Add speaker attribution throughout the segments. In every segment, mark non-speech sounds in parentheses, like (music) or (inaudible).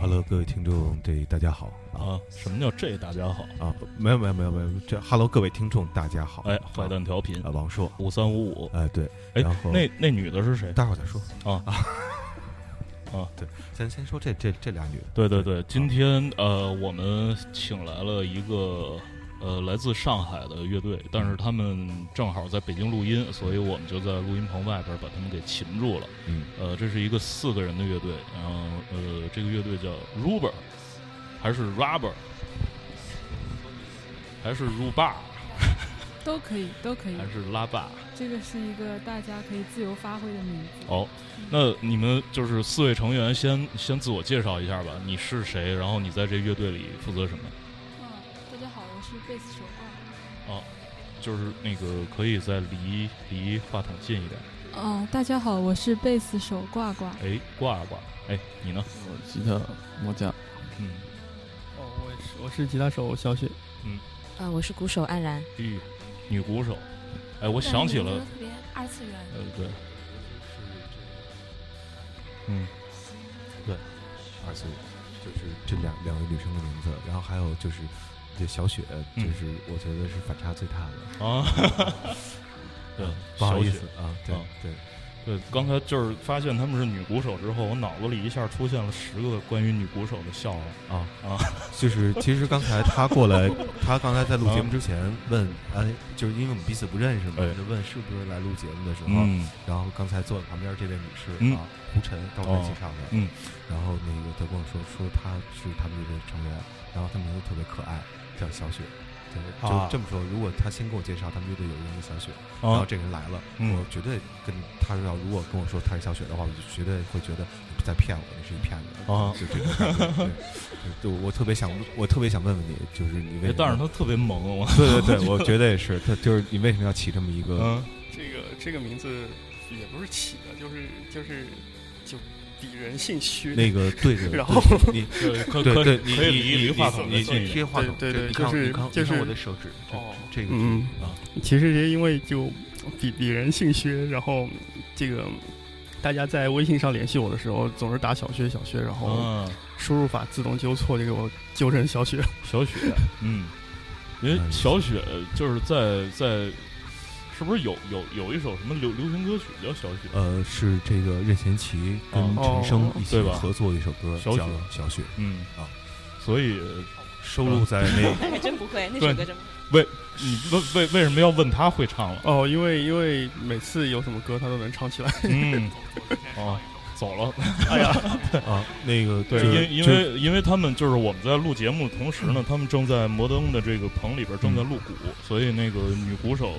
Speaker 1: Hello，各位听众，对大家好啊
Speaker 2: 啊，什么叫这大家好？
Speaker 1: 啊，没有没有没有没有，这 Hello，各位听众，大家好。
Speaker 2: 哎，坏蛋调频
Speaker 1: 啊，王硕，
Speaker 2: 五三五五。
Speaker 1: 哎对，
Speaker 2: 哎
Speaker 1: 然，后
Speaker 2: 那那女的是谁？
Speaker 1: 待会儿再说。
Speaker 2: 啊 (laughs) 哦
Speaker 1: 对，先先说这这这俩女的，
Speaker 2: 对对对，今天呃，我们请来了一个呃来自上海的乐队，但是他们正好在北京录音，所以我们就在录音棚外边把他们给擒住了。
Speaker 1: 嗯，
Speaker 2: 呃，这是一个四个人的乐队，然后呃，这个乐队叫 Rubber，还是 Rubber，还是 Rubar，
Speaker 3: 都可以，都可以
Speaker 2: 还。是拉霸？
Speaker 3: 这个是一个大家可以自由发挥的名字。
Speaker 2: 哦，那你们就是四位成员先，先自我介绍一下吧。你是谁？然后你在这乐队里负责什么？
Speaker 4: 哦
Speaker 3: 嗯，大家好，我是贝斯手二。
Speaker 2: 哦，就是那个可以再离离话筒近一点。
Speaker 3: 啊，大家好，我是贝斯手挂挂。
Speaker 2: 哎，挂挂。哎，你呢？
Speaker 5: 我吉他木匠，
Speaker 2: 嗯，
Speaker 6: 哦，我是我是吉他手小雪，
Speaker 4: 啊，我是鼓手安然。
Speaker 2: 玉，女鼓手。哎，我想起了，
Speaker 4: 特别二次元。
Speaker 2: 呃，对，嗯，
Speaker 1: 二岁，就是这两两位女生的名字，然后还有就是这小雪，就
Speaker 2: 嗯
Speaker 1: 是我觉得是反差最大的，
Speaker 2: 啊， (laughs) 对，
Speaker 1: 不好
Speaker 2: 小
Speaker 1: 意
Speaker 2: 雪
Speaker 1: 思啊，对
Speaker 2: 啊
Speaker 1: 对，
Speaker 2: 对，刚才就是发现他们是女鼓手之后，我脑子里一下出现了十个关于女鼓手的笑话。
Speaker 1: 啊
Speaker 2: 啊，
Speaker 1: 就是其实刚才他过来， (laughs) 他刚才在录节目之前问，哎，就是因为我们彼此不认识嘛，
Speaker 2: 啊哎
Speaker 1: 就问是不是来录节目的时候，
Speaker 2: 嗯，
Speaker 1: 然后刚才坐在旁边这位女士、
Speaker 2: 嗯
Speaker 1: 啊，胡晨，刚才
Speaker 2: 哦
Speaker 1: 介绍的，
Speaker 2: 嗯，
Speaker 1: 然后那个她跟我说说她是他们这个成员，然后她名字特别可爱，叫小雪。对，
Speaker 2: 啊
Speaker 1: 就这么说。如果她先跟我介绍他们乐队有一个人叫小雪，然后
Speaker 2: 啊，
Speaker 1: 这个人来了，
Speaker 2: 嗯
Speaker 1: 我绝对跟她要如果跟我说她是小雪的话，我就绝对会觉得你在骗我，你是一骗子
Speaker 2: 啊
Speaker 1: 就这种感觉。对，对就我特别想，我特别想问问你，就是你为什么？
Speaker 2: 但是他特别萌，我
Speaker 1: (laughs) 对对对，我觉得也是， (laughs) 他就是你为什么要起这么一个？
Speaker 2: 嗯
Speaker 6: 这个这个名字也不是起的，就是就是就比人性虚。
Speaker 1: 那个对 (laughs) 着，
Speaker 6: 然后
Speaker 1: 对你
Speaker 2: 对，可
Speaker 1: 对
Speaker 2: 可
Speaker 1: 对，
Speaker 2: 可以离离话筒
Speaker 1: 你
Speaker 2: 再
Speaker 1: 你
Speaker 2: 近一点。
Speaker 1: 贴话筒，
Speaker 6: 对对
Speaker 1: 你
Speaker 6: 就
Speaker 1: 看
Speaker 6: 是
Speaker 1: 你看
Speaker 6: 就
Speaker 1: 你看
Speaker 6: 是
Speaker 1: 我的手指，这
Speaker 6: 哦
Speaker 1: 这个
Speaker 6: 嗯，
Speaker 1: 啊
Speaker 6: 其实也因为就比比人性虚，然后这个大家在微信上联系我的时候，总是打小薛小薛，然后
Speaker 2: 嗯，
Speaker 6: 输入法自动纠错就给我纠成小
Speaker 2: (laughs)
Speaker 6: 雪。
Speaker 2: 小雪，嗯，因为小雪就是在在，是不是有有有一首什么流流行歌曲叫小雪？
Speaker 1: 呃是这个任贤齐跟陈升一起
Speaker 2: 哦对吧
Speaker 1: 合作的一首歌，
Speaker 2: 小雪
Speaker 1: 叫《小雪》，
Speaker 2: 嗯
Speaker 1: 啊，
Speaker 2: 所以
Speaker 1: 收录在那
Speaker 4: 还真不会，那
Speaker 2: 对
Speaker 4: 首歌真不会。
Speaker 2: (laughs) 你为为为什么要问他会唱了？
Speaker 6: 哦，因为因为每次有什么歌他都能唱起来。
Speaker 2: (laughs) 嗯，哦，走了。
Speaker 1: 个啊那个就
Speaker 2: 对，
Speaker 1: 是
Speaker 2: 因因
Speaker 1: 就是
Speaker 2: 为因为他们就是我们在录节目的同时呢，他们正在摩登的这个棚里边正
Speaker 1: 嗯
Speaker 2: 在录鼓，所以那个女鼓手。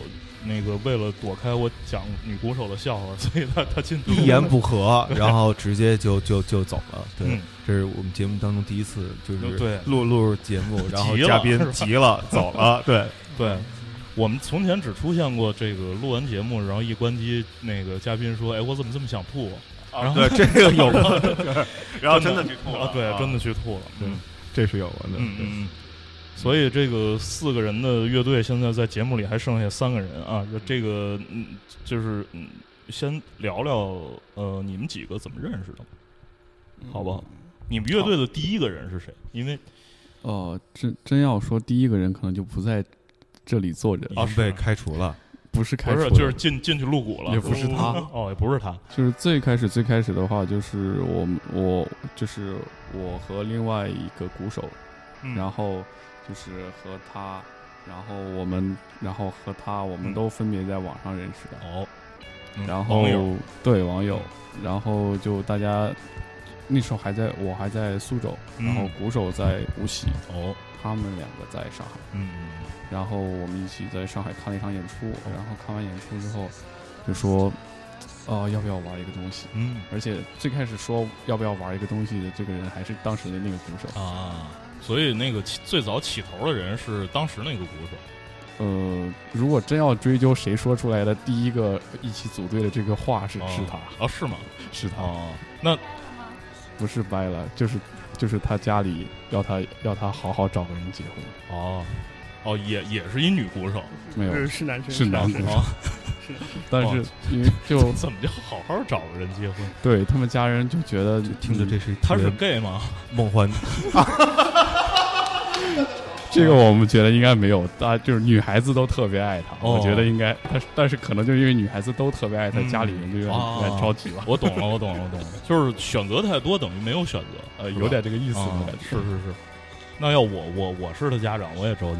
Speaker 2: 那个为了躲开我讲女鼓手的笑话，所以她她进
Speaker 1: 一言不合，然后直接就就就走了，对
Speaker 2: 嗯。
Speaker 1: 这是我们节目当中第一次，就是
Speaker 2: 对
Speaker 1: 录录节目，然后
Speaker 2: 急了
Speaker 1: 嘉宾
Speaker 2: 是吧
Speaker 1: 急了走了，对，
Speaker 2: 对，我们从前只出现过这个录完节目，然后一关机，那个嘉宾说：“哎，我怎么这么想吐啊？”然后
Speaker 1: 对这个有
Speaker 2: (laughs)
Speaker 1: 过，对然后真的去吐
Speaker 2: 啊
Speaker 1: 了，，
Speaker 2: 对，
Speaker 1: 啊
Speaker 2: 真的去吐了。
Speaker 1: 对
Speaker 2: 嗯
Speaker 1: 这是有过的，
Speaker 2: 嗯
Speaker 1: 对
Speaker 2: 嗯。所以这个四个人的乐队现在在节目里还剩下三个人啊，这个嗯，就是嗯，先聊聊呃，你们几个怎么认识的？好吧你们乐队的第一个人是谁？因为
Speaker 5: 哦，真真要说第一个人，可能就不在这里坐着，
Speaker 1: 已经被开除了。
Speaker 5: 不是开
Speaker 2: 嗯啊不
Speaker 5: 除
Speaker 2: 是
Speaker 5: 的，
Speaker 2: 就是进进去录鼓了，
Speaker 5: 也不是他
Speaker 2: 哦，也不是他，
Speaker 5: 就是最开始最开始的话，就是我们我就是我和另外一个鼓手，
Speaker 2: 嗯
Speaker 5: 然后就是和他，然后我们，然后和他，我
Speaker 2: 嗯
Speaker 5: 们都分别在网上认识的。
Speaker 2: 哦，嗯
Speaker 5: 然后
Speaker 2: 网友
Speaker 5: 对网友，然后就大家那时候还在我还在苏州，
Speaker 2: 嗯
Speaker 5: 然后鼓手在无锡，
Speaker 2: 哦，
Speaker 5: 他们两个在上海，
Speaker 2: 嗯嗯嗯
Speaker 5: 然后我们一起在上海看了一场演出，然后看完演出之后就说，呃，要不要玩一个东西？
Speaker 2: 嗯。
Speaker 5: 而且最开始说要不要玩一个东西的这个人还是当时的那个鼓手，
Speaker 2: 啊，所以那个起最早起头的人是当时那个鼓手
Speaker 5: 呃，如果真要追究谁说出来的第一个一起组队的这个话是、
Speaker 2: 哦
Speaker 5: 是他，
Speaker 2: 啊，是吗？
Speaker 5: 是他，
Speaker 2: 哦，那
Speaker 5: 不是掰了，就是就是他家里要他要他好好找个人结婚，
Speaker 2: 哦哦，也也是一女鼓手
Speaker 5: 没有
Speaker 6: 是是男生，
Speaker 5: 是男
Speaker 6: 生
Speaker 5: 鼓，手
Speaker 2: 哦，
Speaker 6: 是
Speaker 5: 但是因为就
Speaker 2: 怎么就好好找个人结婚？
Speaker 5: 对他们家人就觉得嗯
Speaker 1: 听着这是
Speaker 2: 他是
Speaker 1: 特别
Speaker 2: gay 吗？
Speaker 1: 梦幻，
Speaker 5: 这个我们觉得应该没有，大就是女孩子都特别爱他，
Speaker 2: 哦
Speaker 5: 我觉得应该，但是但是可能就因为女孩子都特别爱他，
Speaker 2: 嗯
Speaker 5: 家里人就有点
Speaker 2: 哦
Speaker 5: 有点着急了，
Speaker 2: (laughs) 我懂了，我懂了，我懂了，就是选择太多等于没有选择，
Speaker 5: 呃，
Speaker 2: 呃，
Speaker 5: 有点这个意思
Speaker 2: 啊
Speaker 5: 的感觉。
Speaker 2: 是是是，那要我我我是他家长，我也着急。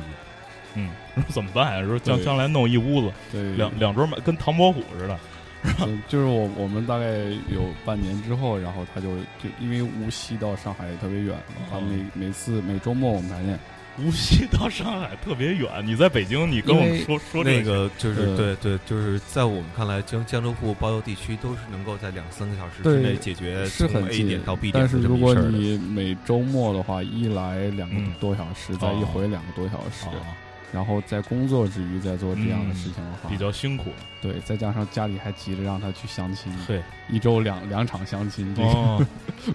Speaker 2: 嗯， (laughs) 说怎么办呀？说将
Speaker 5: 对
Speaker 2: 将来弄一屋子，
Speaker 5: 对，
Speaker 2: 两两桌跟唐伯虎似的。
Speaker 5: (laughs) 就嗯就是我我们大概有半年之后，然后他就就因为无锡到上海特别远嘛，他
Speaker 1: 哦
Speaker 5: 每每次每周末我们排练，
Speaker 2: 无锡到上海特别远，你在北京，你跟我
Speaker 5: 因
Speaker 2: 们
Speaker 5: 为
Speaker 2: 说说这
Speaker 1: 那个就是
Speaker 5: 嗯
Speaker 1: 对对，就是在我们看来，江江浙沪包邮地区都是能够在两三个小时之
Speaker 5: 对
Speaker 1: 内解决
Speaker 5: 是
Speaker 1: 从
Speaker 5: 很
Speaker 1: A
Speaker 5: 近
Speaker 1: 点到 B 点
Speaker 5: 但
Speaker 1: 的
Speaker 5: 是
Speaker 1: 这
Speaker 5: 如
Speaker 1: 么
Speaker 5: 果
Speaker 1: 一事儿的。
Speaker 5: 你每周末的话，一来两个
Speaker 2: 嗯
Speaker 5: 多小时，
Speaker 1: 哦
Speaker 5: 再一回两个多小时，
Speaker 2: 啊，
Speaker 5: 然后在工作之余再做这样的
Speaker 1: 嗯
Speaker 5: 事情的话，
Speaker 2: 比较辛苦。
Speaker 5: 对，再加上家里还急着让他去相亲，
Speaker 2: 嘿，
Speaker 5: 一周两两场相亲，这个 (laughs)
Speaker 2: 哦，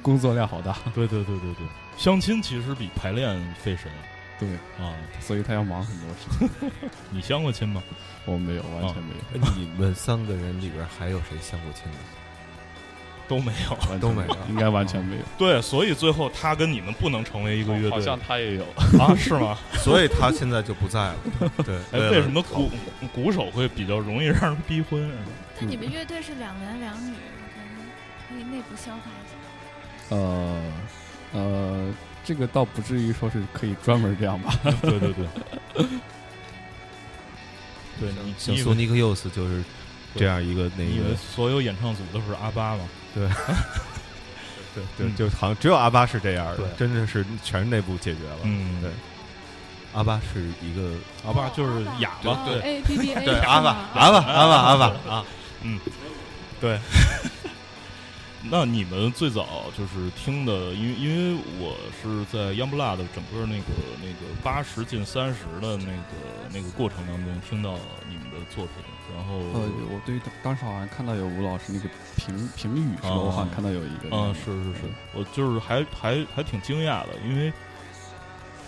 Speaker 5: 工作量好大，
Speaker 2: 对对对对对，相亲其实比排练费神
Speaker 5: 对，
Speaker 2: 啊。
Speaker 5: 所以他要忙很多事。
Speaker 2: 你相过亲吗？
Speaker 5: 我没有，完全没有，
Speaker 1: 哎你们三个人里边还有谁相过亲的？ (laughs)
Speaker 2: 都没有。
Speaker 5: 完全
Speaker 1: 都没有哦
Speaker 5: 应该完全没有。
Speaker 2: 对，所以最后他跟你们不能成为一个乐队
Speaker 5: 他也有，
Speaker 2: (laughs) 啊？是吗？
Speaker 1: 所以他现在就不在了。对，
Speaker 2: 哎，
Speaker 1: 了
Speaker 2: 为什么鼓鼓手会比较容易让人逼婚？啊
Speaker 5: (laughs)
Speaker 4: 但你们乐队是两男两女，我觉得可以内部消化一下。
Speaker 5: 呃呃，这个倒不至于说是可以专门这样吧。
Speaker 2: (laughs) 对对对，对你
Speaker 1: 像
Speaker 2: 你以
Speaker 1: 索
Speaker 2: 为
Speaker 1: 尼克尤斯就是这样一个那
Speaker 2: 你以
Speaker 1: 个
Speaker 2: 为所有演唱组都是阿巴吗？
Speaker 1: 对
Speaker 2: 嗯
Speaker 1: 就好像只有阿巴是这样
Speaker 2: 对
Speaker 1: 真的是全是内部解决了
Speaker 2: 嗯
Speaker 1: 对阿巴是一个
Speaker 2: 阿巴就是哑巴，
Speaker 3: 哦，，A P
Speaker 2: (laughs)
Speaker 3: P A
Speaker 1: 对阿巴阿巴阿巴阿巴啊，
Speaker 2: 那你们最早就是听的，因为因为我是在 Youngblood 整个那个那个八十进三十的那个那个过程当中听到你们的作品，然后
Speaker 5: 呃，
Speaker 1: 哦
Speaker 5: 我对于当当时好像看到有吴老师那个评评语是吧？
Speaker 2: 啊
Speaker 5: 我好像看到有一个
Speaker 2: 啊，是是是
Speaker 5: 对，
Speaker 2: 我就是还还还挺惊讶的，因为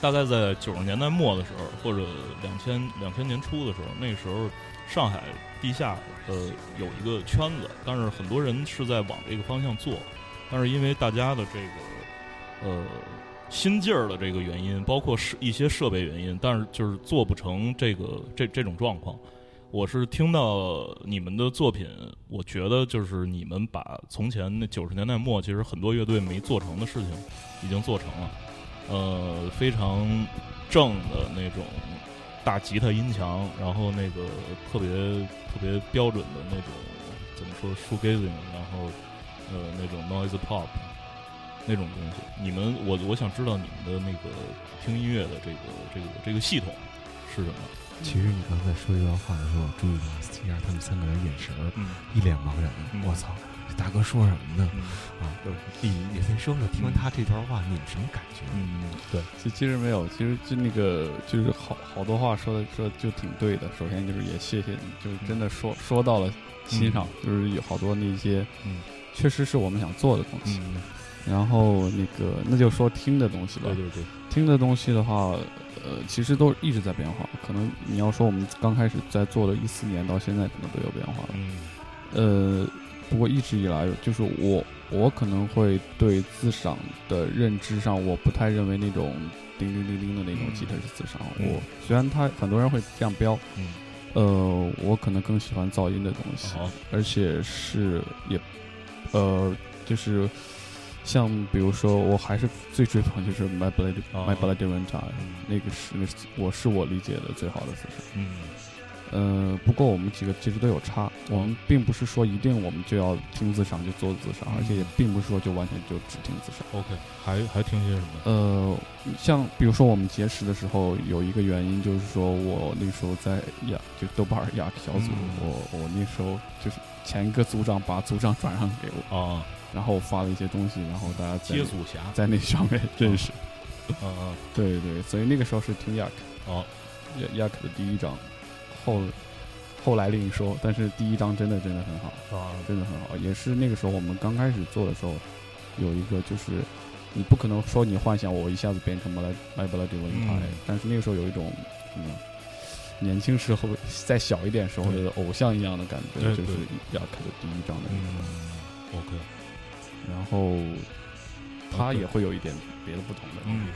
Speaker 2: 大概在九十年代末的时候，或者两千两千年初的时候，那时候上海地下呃有一个圈子，但是很多人是在往这个方向做，但是因为大家的这个呃新劲儿的这个原因，包括是一些设备原因，但是就是做不成这个这这种状况。我是听呃到你们的作品，我觉得就是你们把从前那九十年代末，其实很多乐队没做成的事情，已经做成了。呃，非常正的那种大吉他音墙，然后那个特别特别标准的那种怎么说 shoegazing，然后呃那种 noise pop 那种东西。你们，我我想知道你们的那个听音乐的这个这个这个系统是什么？
Speaker 1: 其实你刚才说这段话的时候，我注意到 C R 他们三个人眼神儿
Speaker 2: 嗯
Speaker 1: 一脸茫然
Speaker 2: 嗯。
Speaker 1: 我操，这大哥说什么呢？
Speaker 2: 嗯
Speaker 1: 啊，就是你你先说说，听完他这段话，你们什么感觉？
Speaker 2: 嗯，对，
Speaker 5: 其其实没有，其实就那个就是好好多话说的说就挺对的。首先就是也谢谢你，就是真的说、说到了心上，就是有好多那些，
Speaker 2: 嗯，
Speaker 5: 确实是我们想做的东西。
Speaker 2: 嗯，
Speaker 5: 然后那个那就说听的东西吧，
Speaker 2: 对对对，
Speaker 5: 听的东西的话，呃，其实都一直在变化。可能你要说我们刚开始在做的一四年到现在，可能都有变化了。
Speaker 2: 嗯
Speaker 5: 呃，不过一直以来，就是我我可能会对自赏的认知上，我不太认为那种叮叮叮叮的那种吉他是自赏。
Speaker 2: 嗯
Speaker 5: 我虽然它很多人会这样标，
Speaker 2: 嗯，
Speaker 5: 呃，我可能更喜欢噪音的东西，
Speaker 2: 好，
Speaker 5: 而且是也，呃，就是。像比如说，我还是最追捧就是 My Bloody、
Speaker 2: 哦
Speaker 5: My Bloody Valentine，、
Speaker 2: 嗯
Speaker 5: 那个是那是我是我理解的最好的姿势。
Speaker 2: 嗯
Speaker 5: 呃，不过我们几个其实都有差，我们并不是说一定我们就要听自赏就做自赏，
Speaker 2: 嗯哦
Speaker 5: 而且也并不是说就完全就只听自赏。
Speaker 2: ，OK，还还听些什么？
Speaker 5: 呃，像比如说我们结识的时候，有一个原因就是说我那时候在亚就豆瓣儿亚小组，
Speaker 2: 嗯
Speaker 5: 我我那时候就是前一个组长把组长转让给我，
Speaker 2: 啊，
Speaker 5: 然后我发了一些东西，然后大家在
Speaker 2: 接祖侠，
Speaker 5: 在那上面认识。
Speaker 2: 嗯嗯，
Speaker 5: 对对，所以那个时候是听亚克。
Speaker 2: 好，
Speaker 5: 亚亚克的第一张，后后来另说，但是第一张真的真的很好，
Speaker 2: 啊，
Speaker 5: 真的很好，也是那个时候我们刚开始做的时候，有一个就是你不可能说你幻想我一下子变成 My My Bloody Valentine，、
Speaker 2: 嗯
Speaker 5: 但是那个时候有一种嗯年轻时候再小一点时候的偶像一样的感觉，
Speaker 2: 对
Speaker 5: 就是
Speaker 2: 对
Speaker 5: 要开的第一张的那
Speaker 2: 嗯
Speaker 5: 个。
Speaker 2: ，OK，
Speaker 5: 然后他
Speaker 2: OK
Speaker 5: 也会有一点别的不同的。
Speaker 2: 嗯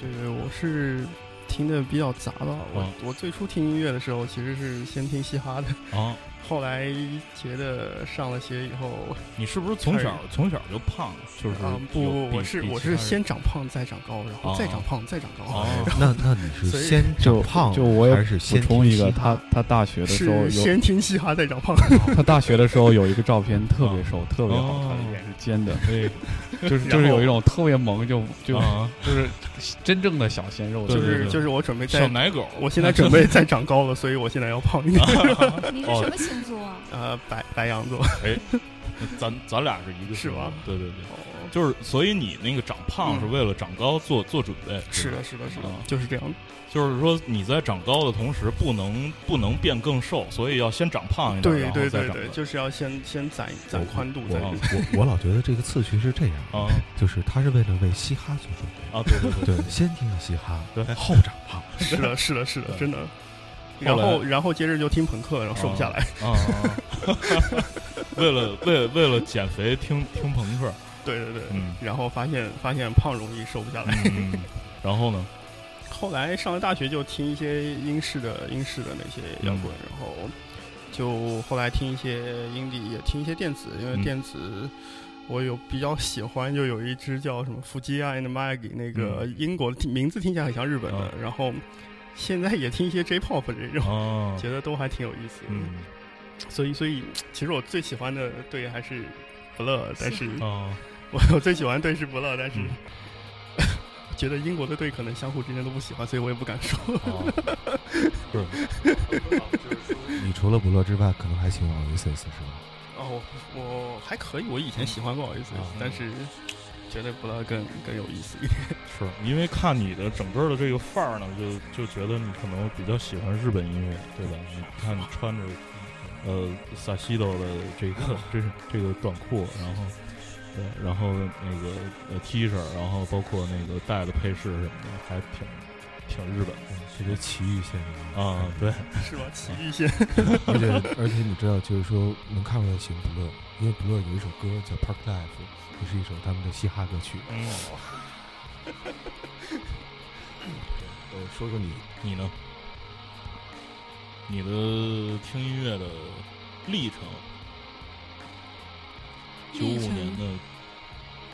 Speaker 6: 对对，我是听的比较杂吧。我、
Speaker 2: 啊
Speaker 6: 我最初听音乐的时候，其实是先听嘻哈的，
Speaker 2: 啊，
Speaker 6: 后来觉得上了学以后，
Speaker 2: 你是不是从小从小就胖？就是
Speaker 6: 啊不
Speaker 2: 有
Speaker 6: 不，
Speaker 2: 比
Speaker 6: 我是
Speaker 2: 比
Speaker 6: 我
Speaker 2: 其他
Speaker 6: 是
Speaker 2: 人
Speaker 6: 先长胖再长高，然后再长胖再长高。 (laughs)
Speaker 2: 哦，
Speaker 1: 那那你是
Speaker 6: 所以
Speaker 1: 先长
Speaker 5: 就
Speaker 1: 胖，
Speaker 5: 就我也
Speaker 1: 还是
Speaker 5: 补
Speaker 1: 先
Speaker 5: 充一
Speaker 1: 听
Speaker 5: 个，
Speaker 1: 嘻哈
Speaker 5: 他他大学的时候
Speaker 6: 是
Speaker 5: 有，
Speaker 6: 先听嘻哈再长胖，
Speaker 5: 他大学的时候有一个照片特别 (laughs) 瘦，特别好
Speaker 2: 哦
Speaker 5: 看，脸是尖 (laughs) 的，
Speaker 2: 对
Speaker 5: 就是就
Speaker 6: 然
Speaker 5: 是
Speaker 6: 后
Speaker 5: 有一种特别萌，就就
Speaker 2: 哎啊，
Speaker 5: 就是真正的小鲜肉的
Speaker 2: 对
Speaker 6: 就
Speaker 5: 那种，
Speaker 2: 对
Speaker 6: 是
Speaker 2: 对
Speaker 6: 就是我准备
Speaker 2: 小
Speaker 6: 再，
Speaker 2: 奶狗，
Speaker 6: 我现在准备再长高了，所以我现在要胖一点。
Speaker 4: 你是
Speaker 2: 哦
Speaker 4: 什么星座啊？
Speaker 6: (laughs) 呃，白白羊
Speaker 2: (laughs)
Speaker 6: 座，
Speaker 2: (laughs) 咱咱俩是一个
Speaker 6: 是吧？
Speaker 2: 对对对，就是所以你那个长胖
Speaker 6: 嗯
Speaker 2: 是为了长高做做准备，
Speaker 6: 是
Speaker 2: 吧
Speaker 6: 的，是的，是的
Speaker 2: 啊，
Speaker 6: 嗯就是这样。
Speaker 2: 就是说你在长高的同时不能不能变更瘦，所以要先长胖一点，
Speaker 6: 对
Speaker 2: 然后
Speaker 6: 对
Speaker 2: 再
Speaker 6: 对
Speaker 2: 长
Speaker 6: 对，
Speaker 2: 高
Speaker 6: 就是要先先攒攒宽度，
Speaker 1: 我
Speaker 6: (laughs) 再
Speaker 1: 我我我老觉得这个次序是这样的，
Speaker 2: 啊
Speaker 1: 就是他是为了为嘻哈做准备，
Speaker 2: 啊，对对对
Speaker 1: 对，先听嘻哈，
Speaker 2: 对
Speaker 6: 哎
Speaker 1: 后长胖，
Speaker 6: 是的，是的，是的，
Speaker 2: 对
Speaker 6: 真的。
Speaker 2: 后
Speaker 6: 然
Speaker 2: 来
Speaker 6: 后，然后接着就听朋克，然后瘦不下来。
Speaker 2: 啊，哦 (laughs) 为了为为了减肥听听朋克，
Speaker 6: 对对对，
Speaker 2: 嗯
Speaker 6: 然后发现发现胖容易瘦不下来。
Speaker 2: 嗯，然后呢，
Speaker 6: 后来上了大学就听一些英式的英式的那些摇滚，
Speaker 2: 嗯
Speaker 6: 然后就后来听一些英迪，也听一些电子，因为
Speaker 2: 嗯
Speaker 6: 电子我有比较喜欢，就有一支叫什么 Fujiya and Mag，那个
Speaker 2: 嗯
Speaker 6: 英国的名字听起来很像日本的
Speaker 2: 啊，
Speaker 6: 然后现在也听一些 J-pop 这种，
Speaker 2: 啊，
Speaker 6: (laughs) 觉得都还挺有意思的。
Speaker 2: 嗯
Speaker 6: 所以，所以其实我最喜欢的队还是不乐，但是
Speaker 2: 啊，
Speaker 6: 我我最喜欢队是不乐，但是、
Speaker 2: 嗯
Speaker 6: (laughs) 觉得英国的队可能相互之间都不喜欢，所以我也不敢说。
Speaker 2: 哦
Speaker 1: 你除了不乐之外，可能还喜欢 Oasis 是吧？
Speaker 6: 哦，我我还可以，我以前喜欢过不好意思，
Speaker 2: 啊
Speaker 6: 但是觉得不乐更更有意思一点。 (laughs)
Speaker 2: 是因为看你的整个的这个范儿呢，就就觉得你可能比较喜欢日本音乐，对吧？你看你穿着呃萨西豆的这个 (laughs) 这这个短裤，然后对，然后那个呃 T 恤，然后包括那个带的配饰什么的，还挺挺日本
Speaker 1: 这嗯是奇遇现
Speaker 2: 的
Speaker 1: 哦
Speaker 2: 啊，对，
Speaker 6: 是吧？奇遇线，
Speaker 1: (laughs) 而且而且你知道，就是说能看出来喜欢不乐，因为不乐有一首歌叫《Park Life》，也是一首他们的嘻哈歌曲。
Speaker 2: 嗯，
Speaker 1: 呃，说说你，
Speaker 2: 你呢？你的听音乐的历程，九
Speaker 3: 历
Speaker 2: 五
Speaker 3: 程
Speaker 2: 年的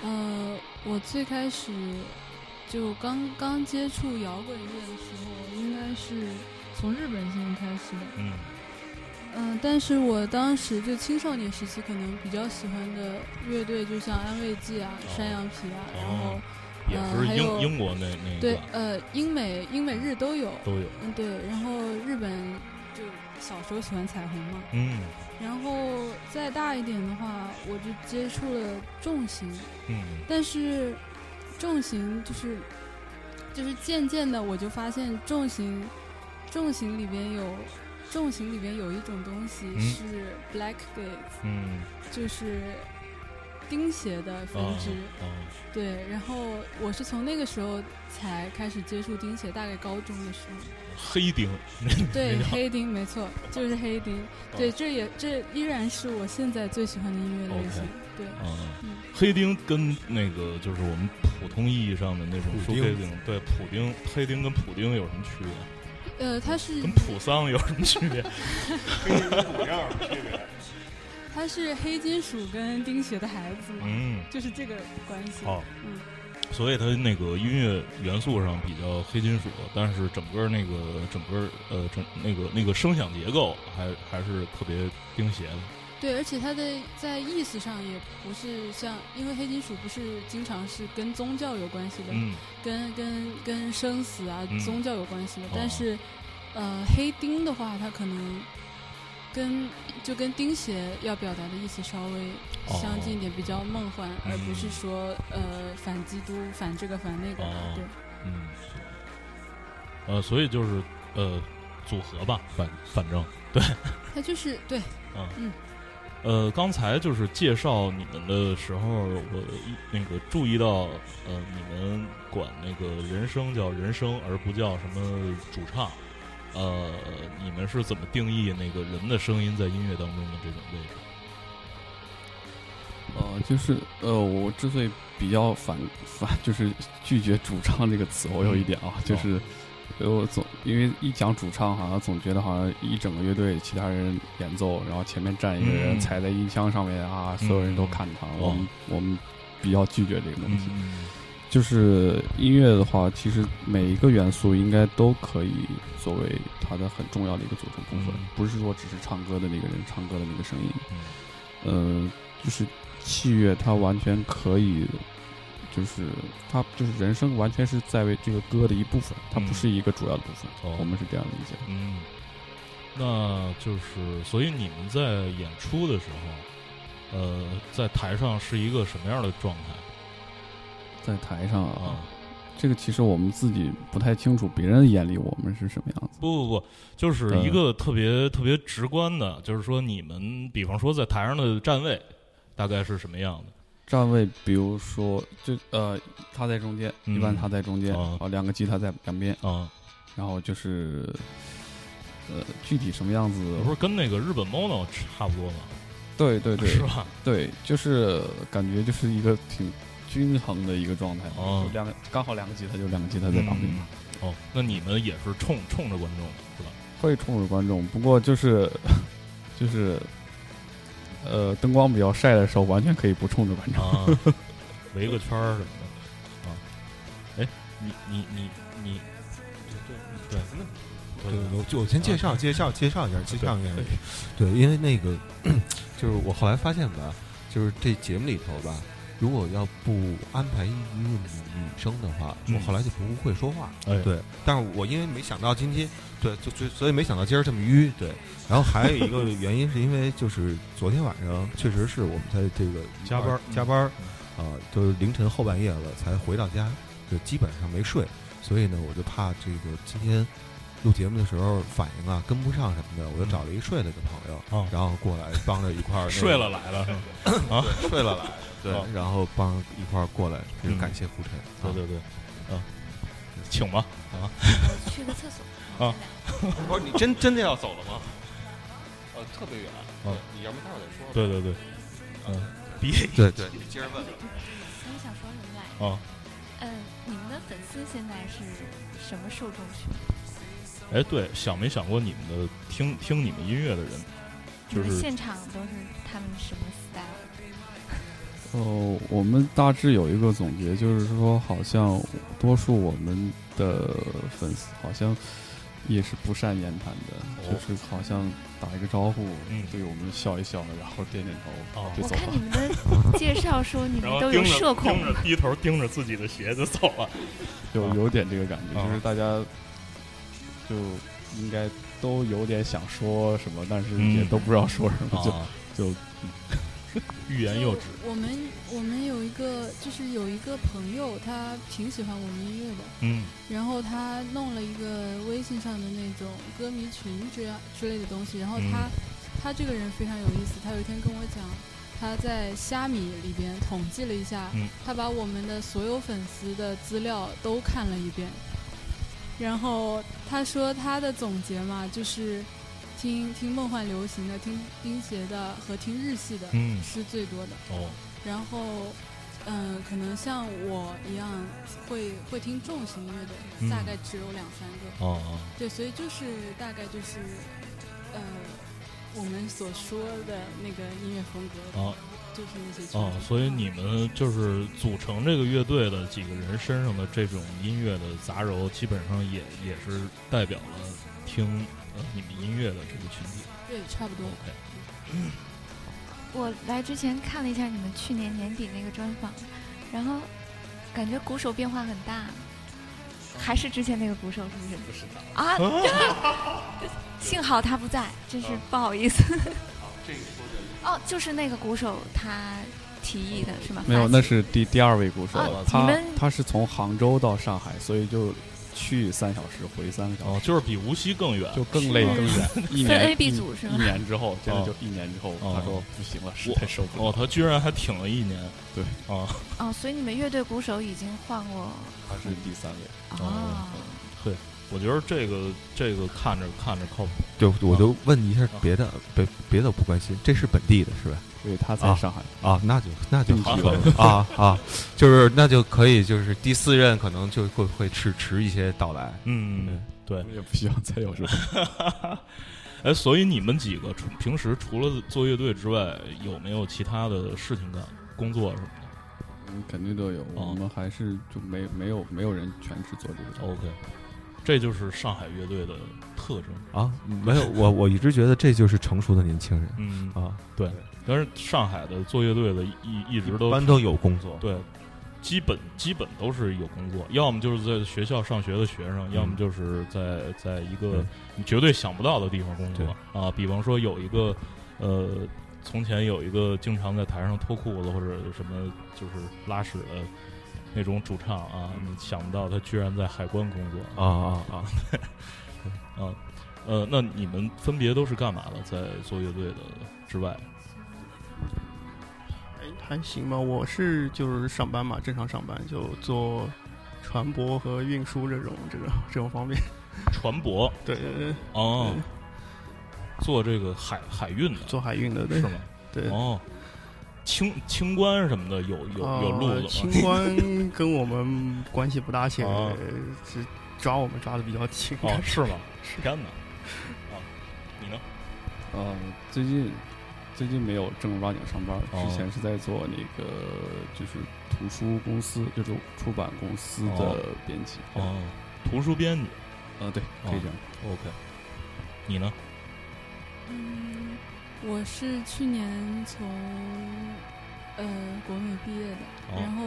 Speaker 3: 呃，我最开始就刚刚接触摇滚乐的时候，应该是从日本先开始的。
Speaker 2: 嗯
Speaker 3: 嗯、但是我当时就青少年时期可能比较喜欢的乐队，就像安慰剂啊、山羊皮啊，然
Speaker 2: 哦
Speaker 3: 后
Speaker 2: 也
Speaker 3: 呃
Speaker 2: 是
Speaker 3: 还
Speaker 2: 英
Speaker 3: 有
Speaker 2: 英国那那
Speaker 3: 对
Speaker 2: 个
Speaker 3: 呃英美英美日都有，
Speaker 2: 都有，
Speaker 3: 嗯对，然后日本就小时候喜欢彩虹嘛，
Speaker 2: 嗯
Speaker 3: 然后再大一点的话，我就接触了重型，
Speaker 2: 嗯
Speaker 3: 但是重型就是就是渐渐的我就发现重型重型里边有重型里边有一种东西
Speaker 2: 嗯
Speaker 3: 是 black gates，、
Speaker 2: 嗯
Speaker 3: 就是钉鞋的分
Speaker 2: 啊
Speaker 3: 支。
Speaker 2: 啊
Speaker 3: 对，然后我是从那个时候才开始接触钉鞋，大概高中的时
Speaker 2: (laughs)
Speaker 3: 候。
Speaker 2: 黑钉，
Speaker 3: 对
Speaker 2: 那，叫
Speaker 3: 黑钉没错，就是黑钉。
Speaker 2: 哦
Speaker 3: 对，这也这依然是我现在最喜欢的音乐类型。对，
Speaker 2: 啊
Speaker 3: 嗯，
Speaker 2: 黑钉跟那个就是我们普通意义上的那种
Speaker 1: 普
Speaker 2: 说
Speaker 1: 丁
Speaker 2: 黑钉，对普丁黑钉跟普丁有什么区别？
Speaker 3: 呃，它是
Speaker 2: 跟普桑有什么区别？
Speaker 3: 它是黑金属跟钉鞋的孩子嘛，
Speaker 2: 嗯，
Speaker 3: 就是这个关
Speaker 1: 哦
Speaker 3: 系。
Speaker 2: 好，
Speaker 3: 嗯，
Speaker 2: 所以它那个音乐元素上比较黑金属，但是整个那个整个呃整那个那个声响结构还还是特别钉鞋的。
Speaker 3: 对，而且它的在意思上也不是像，因为黑金属不是经常是跟宗教有关系的，
Speaker 2: 嗯，
Speaker 3: 跟跟跟生死啊、
Speaker 2: 嗯
Speaker 3: 宗教有关系的，
Speaker 2: 哦
Speaker 3: 但是呃黑钉的话，它可能跟就跟钉鞋要表达的意思稍微
Speaker 2: 哦
Speaker 3: 相近一点，比较梦幻，
Speaker 2: 嗯
Speaker 3: 而不是说呃反基督、反这个反那个的，
Speaker 2: 哦
Speaker 3: 对。
Speaker 2: 嗯，呃，所以就是呃组合吧，反反正
Speaker 3: 它就是对，
Speaker 2: 呃，刚才就是介绍你们的时候，我一那个注意到，呃，你们管那个人声叫人声，而不叫什么主唱，呃，你们是怎么定义那个人的声音在音乐当中的这种位置？
Speaker 5: 呃，就是呃，我之所以比较反反，就是拒绝主唱这个词，我有一点啊，就是呃我总因为一讲主唱，好像总觉得好像一整个乐队其他人演奏，然后前面站一个人
Speaker 2: 嗯
Speaker 5: 踩在音箱上面啊，
Speaker 2: 嗯
Speaker 5: 所有人都看他，我们我们比较拒绝这个东西。
Speaker 2: 嗯，
Speaker 5: 就是音乐的话，其实每一个元素应该都可以作为它的很重要的一个组成部分，
Speaker 2: 嗯
Speaker 5: 不是说只是唱歌的那个人唱歌的那个声音。
Speaker 2: 嗯
Speaker 5: 呃，就是器乐，它完全可以，就是它就是人声完全是在为这个歌的一部分，它
Speaker 2: 嗯
Speaker 5: 不是一个主要的部分。
Speaker 2: 哦
Speaker 5: 我们是这样理解。
Speaker 2: 嗯，那就是，所以你们在演出的时候，呃，在台上是一个什么样的状态
Speaker 5: 在台上
Speaker 2: 啊？
Speaker 5: 这个其实我们自己不太清楚，别人的眼里我们是什么样子。
Speaker 2: 不不不，就是一个特别特别直观的，就是说你们，比方说在台上的站位大概是什么样的？
Speaker 5: 站位，比如说，就呃，他在中间，
Speaker 2: 嗯
Speaker 5: 一般他在中间，
Speaker 2: 哦
Speaker 5: 啊、两个吉他在两边，
Speaker 2: 啊，
Speaker 5: 然后就是，呃，具体什么样子
Speaker 2: 不？是跟那个日本 mono 差不多吗？
Speaker 5: 对对对
Speaker 2: 是，吧？
Speaker 5: 对，就是感觉就是一个挺均衡的一个状态，
Speaker 2: 哦
Speaker 5: 就两个刚好两个吉他就两个吉他在旁边，
Speaker 2: 嗯哦，那你们也是冲冲着观众的是吧？
Speaker 5: 会冲着观众。不过就是 (laughs) 就是呃，灯光比较晒的时候，完全可以不冲着观众。
Speaker 2: 啊，围个圈儿什么的啊。哎，你你你你，对嗯对
Speaker 1: 对，
Speaker 2: 对
Speaker 1: 我就我先介绍介绍介绍一下，介绍一下。对，因为那个就是我后来发现吧，就是这节目里头吧，如果要不安排一个女女生的话，
Speaker 2: 嗯
Speaker 1: 我后来就不会说话。
Speaker 2: 对，哎，
Speaker 1: 对，但是我因为没想到今天，对，就就所以没想到今儿这么淤。对，然后还有一个原因是因为就是昨天晚上确实是我们在这个
Speaker 2: 加班儿
Speaker 1: 加班儿啊、就是凌晨后半夜了才回到家，就基本上没睡，所以呢，我就怕这个今天录节目的时候反应啊跟不上什么的，我就找了一睡了的朋友，
Speaker 2: 哦
Speaker 1: 然后过来帮着一块儿、那个、
Speaker 2: 睡了来了，是吧
Speaker 1: (laughs) 睡了来，对
Speaker 2: 哦，
Speaker 1: 然后帮一块儿过来，就
Speaker 2: 嗯
Speaker 1: 是感谢胡晨，
Speaker 2: 对对对，啊，请吧，
Speaker 4: 我去个厕所。
Speaker 2: 啊
Speaker 1: 对，不是你真真的要走了吗？呃，特别远，
Speaker 2: 哦
Speaker 1: 你要不待会儿再说啊
Speaker 2: 对对对，嗯，别
Speaker 1: 对啊对，你接着问。
Speaker 4: 我想说什么来着？
Speaker 5: 哦
Speaker 2: 啊，
Speaker 4: 嗯，你们的粉丝现在是什么受众群？
Speaker 2: 哎，对，想没想过你们的听听你们音乐的人，
Speaker 4: 你
Speaker 2: 就
Speaker 4: 们
Speaker 2: 是
Speaker 4: 现场都是他们什么 style？
Speaker 5: 哦，我们大致有一个总结，就是说，好像多数我们的粉丝好像也是不善言谈的，
Speaker 2: 哦
Speaker 5: 就是好像打一个招呼，
Speaker 2: 嗯
Speaker 5: 对我们笑一笑，然后点点头，
Speaker 2: 哦
Speaker 5: 就
Speaker 4: 我
Speaker 5: 走
Speaker 4: 看
Speaker 5: 了
Speaker 4: 你。们的介绍说你
Speaker 2: 然
Speaker 4: 们
Speaker 2: 后
Speaker 4: 都有
Speaker 2: 盯
Speaker 4: 社
Speaker 2: 着
Speaker 4: 恐
Speaker 2: 盯，着低头盯着自己的鞋就走了，
Speaker 5: 有有点这个感
Speaker 2: (laughs)
Speaker 5: 觉，
Speaker 2: 啊
Speaker 5: 就是大家就应该都有点想说什么，但是
Speaker 2: 嗯
Speaker 5: 也都不知道说什么，
Speaker 2: 啊，
Speaker 5: 就就
Speaker 2: (laughs) 欲言又止，
Speaker 3: 我们我们有一个就是有一个朋友，他挺喜欢我们音乐的，
Speaker 2: 嗯
Speaker 3: 然后他弄了一个微信上的那种歌迷群之样之类的东西，然后他、
Speaker 2: 嗯
Speaker 3: 他这个人非常有意思，他有一天跟我讲，他在虾米里边统计了一下，
Speaker 2: 嗯
Speaker 3: 他把我们的所有粉丝的资料都看了一遍，然后他说他的总结嘛，就是听听梦幻流行的、听冰鞋的和听日系的、
Speaker 2: 嗯，
Speaker 3: 是最多的。
Speaker 2: 哦，
Speaker 3: 然后，嗯、可能像我一样会会听重型音乐的，
Speaker 2: 嗯
Speaker 3: 大概只有两三个。
Speaker 2: 哦哦，
Speaker 3: 对，所以就是大概就是，呃，我们所说的那个音乐风格，
Speaker 2: 哦
Speaker 3: 就是那些曲子。
Speaker 2: 哦，所以你们就是组成这个乐队的几个人身上的这种音乐的杂糅，基本上也也是代表了听呃你们音乐的这个群体。
Speaker 3: 对，差不多。
Speaker 2: OK，
Speaker 4: 我来之前看了一下你们去年年底那个专访，然后感觉鼓手变化很大，还是之前那个鼓手是不是？不是啊，
Speaker 5: (laughs)
Speaker 4: 幸好他不在，真
Speaker 2: 啊
Speaker 4: 是不好意思。哦，就是那个鼓手他提议的是吗？
Speaker 5: 没有，
Speaker 4: 发起
Speaker 5: 那是第第二位鼓手了
Speaker 4: 啊。你
Speaker 5: 他
Speaker 4: 们
Speaker 5: 他是从杭州到上海，所以就去三小时，回三个小
Speaker 2: 哦，
Speaker 5: 时，
Speaker 2: 就是比无锡更远。
Speaker 5: 就更累
Speaker 4: 是
Speaker 5: 更远。一
Speaker 4: 分
Speaker 5: 年嗯
Speaker 4: A B
Speaker 5: 一
Speaker 4: 组是吗
Speaker 5: 一年之后，真的就
Speaker 2: 哦
Speaker 5: 一年之后，
Speaker 2: 哦
Speaker 5: 他说不行了，实在受不
Speaker 2: 哦，
Speaker 5: 了。
Speaker 2: 他居然还挺了一年。
Speaker 5: 对
Speaker 2: 啊，
Speaker 4: 哦，所以你们乐队鼓手已经换过
Speaker 5: 他是第三位，
Speaker 4: 哦
Speaker 2: 对，我觉得这个这个看着看着靠谱，
Speaker 1: 就我
Speaker 2: 啊
Speaker 1: 就问一下别的，别别的我不关心，这是本地的是吧？
Speaker 5: 对他在
Speaker 1: 啊
Speaker 5: 上海，
Speaker 1: 啊，那就那就
Speaker 5: 定
Speaker 1: 好
Speaker 5: 期
Speaker 1: 了啊啊，就是那就可以，就是第四任可能就会会迟迟一些到来。
Speaker 2: 嗯，对 (laughs)
Speaker 5: 我。也不希望再有什么。
Speaker 2: 哎，所以你们几个除平时除了做乐队之外，有没有其他的事情干？工作什么的
Speaker 5: (laughs) 嗯，肯定都有。
Speaker 2: 哦
Speaker 5: 我们还是就没没有没有人全职做这个。
Speaker 2: ？OK，这就是上海乐队的特征。
Speaker 1: 啊，没有，我我一直觉得这就是成熟的年轻人
Speaker 2: 嗯，
Speaker 1: 啊，
Speaker 2: 对。但是上海的做乐队的一一直
Speaker 1: 一
Speaker 2: 都
Speaker 1: 般都有工作，
Speaker 2: 对，基本基本都是有工作，要么就是在学校上学的学生，要么就是在在一
Speaker 1: 嗯
Speaker 2: 个
Speaker 1: 对
Speaker 2: 你绝对想不到的地方工作啊。比方说有一个呃，从前有一个经常在台上脱裤子或者什么就是拉屎的那种主唱啊，你想不到他居然在海关工作
Speaker 1: 啊啊啊，
Speaker 2: 啊。呃，那你们分别都是干嘛的？在做乐队的之外，
Speaker 6: 哎还行吧，我是就是上班嘛，正常上班就做船舶和运输这种这个这种方面。
Speaker 2: 船舶
Speaker 6: 对对对，
Speaker 2: 哦，做这个海海运的，
Speaker 6: 做海运的对
Speaker 2: 是吗？
Speaker 6: 对。
Speaker 2: 哦，清清官什么的有有有路
Speaker 6: 呃
Speaker 2: 子
Speaker 6: 清
Speaker 2: 吗？
Speaker 6: 官跟我们关系不 (laughs) 大，现
Speaker 2: 啊
Speaker 6: 在是抓我们抓的比较紧。 (laughs)
Speaker 2: 哦，是吗？天哪！啊，你呢？
Speaker 5: 呃，最近最近没有正儿八经上班，
Speaker 2: 哦
Speaker 5: 之前是在做那个就是图书公司，就是出版公司的
Speaker 2: 哦
Speaker 5: 编辑。
Speaker 2: 哦，图书编辑。
Speaker 5: 呃，对，可以这样。
Speaker 2: OK，你呢？
Speaker 3: 嗯，我是去年从呃国美毕业的，
Speaker 2: 哦
Speaker 3: 然后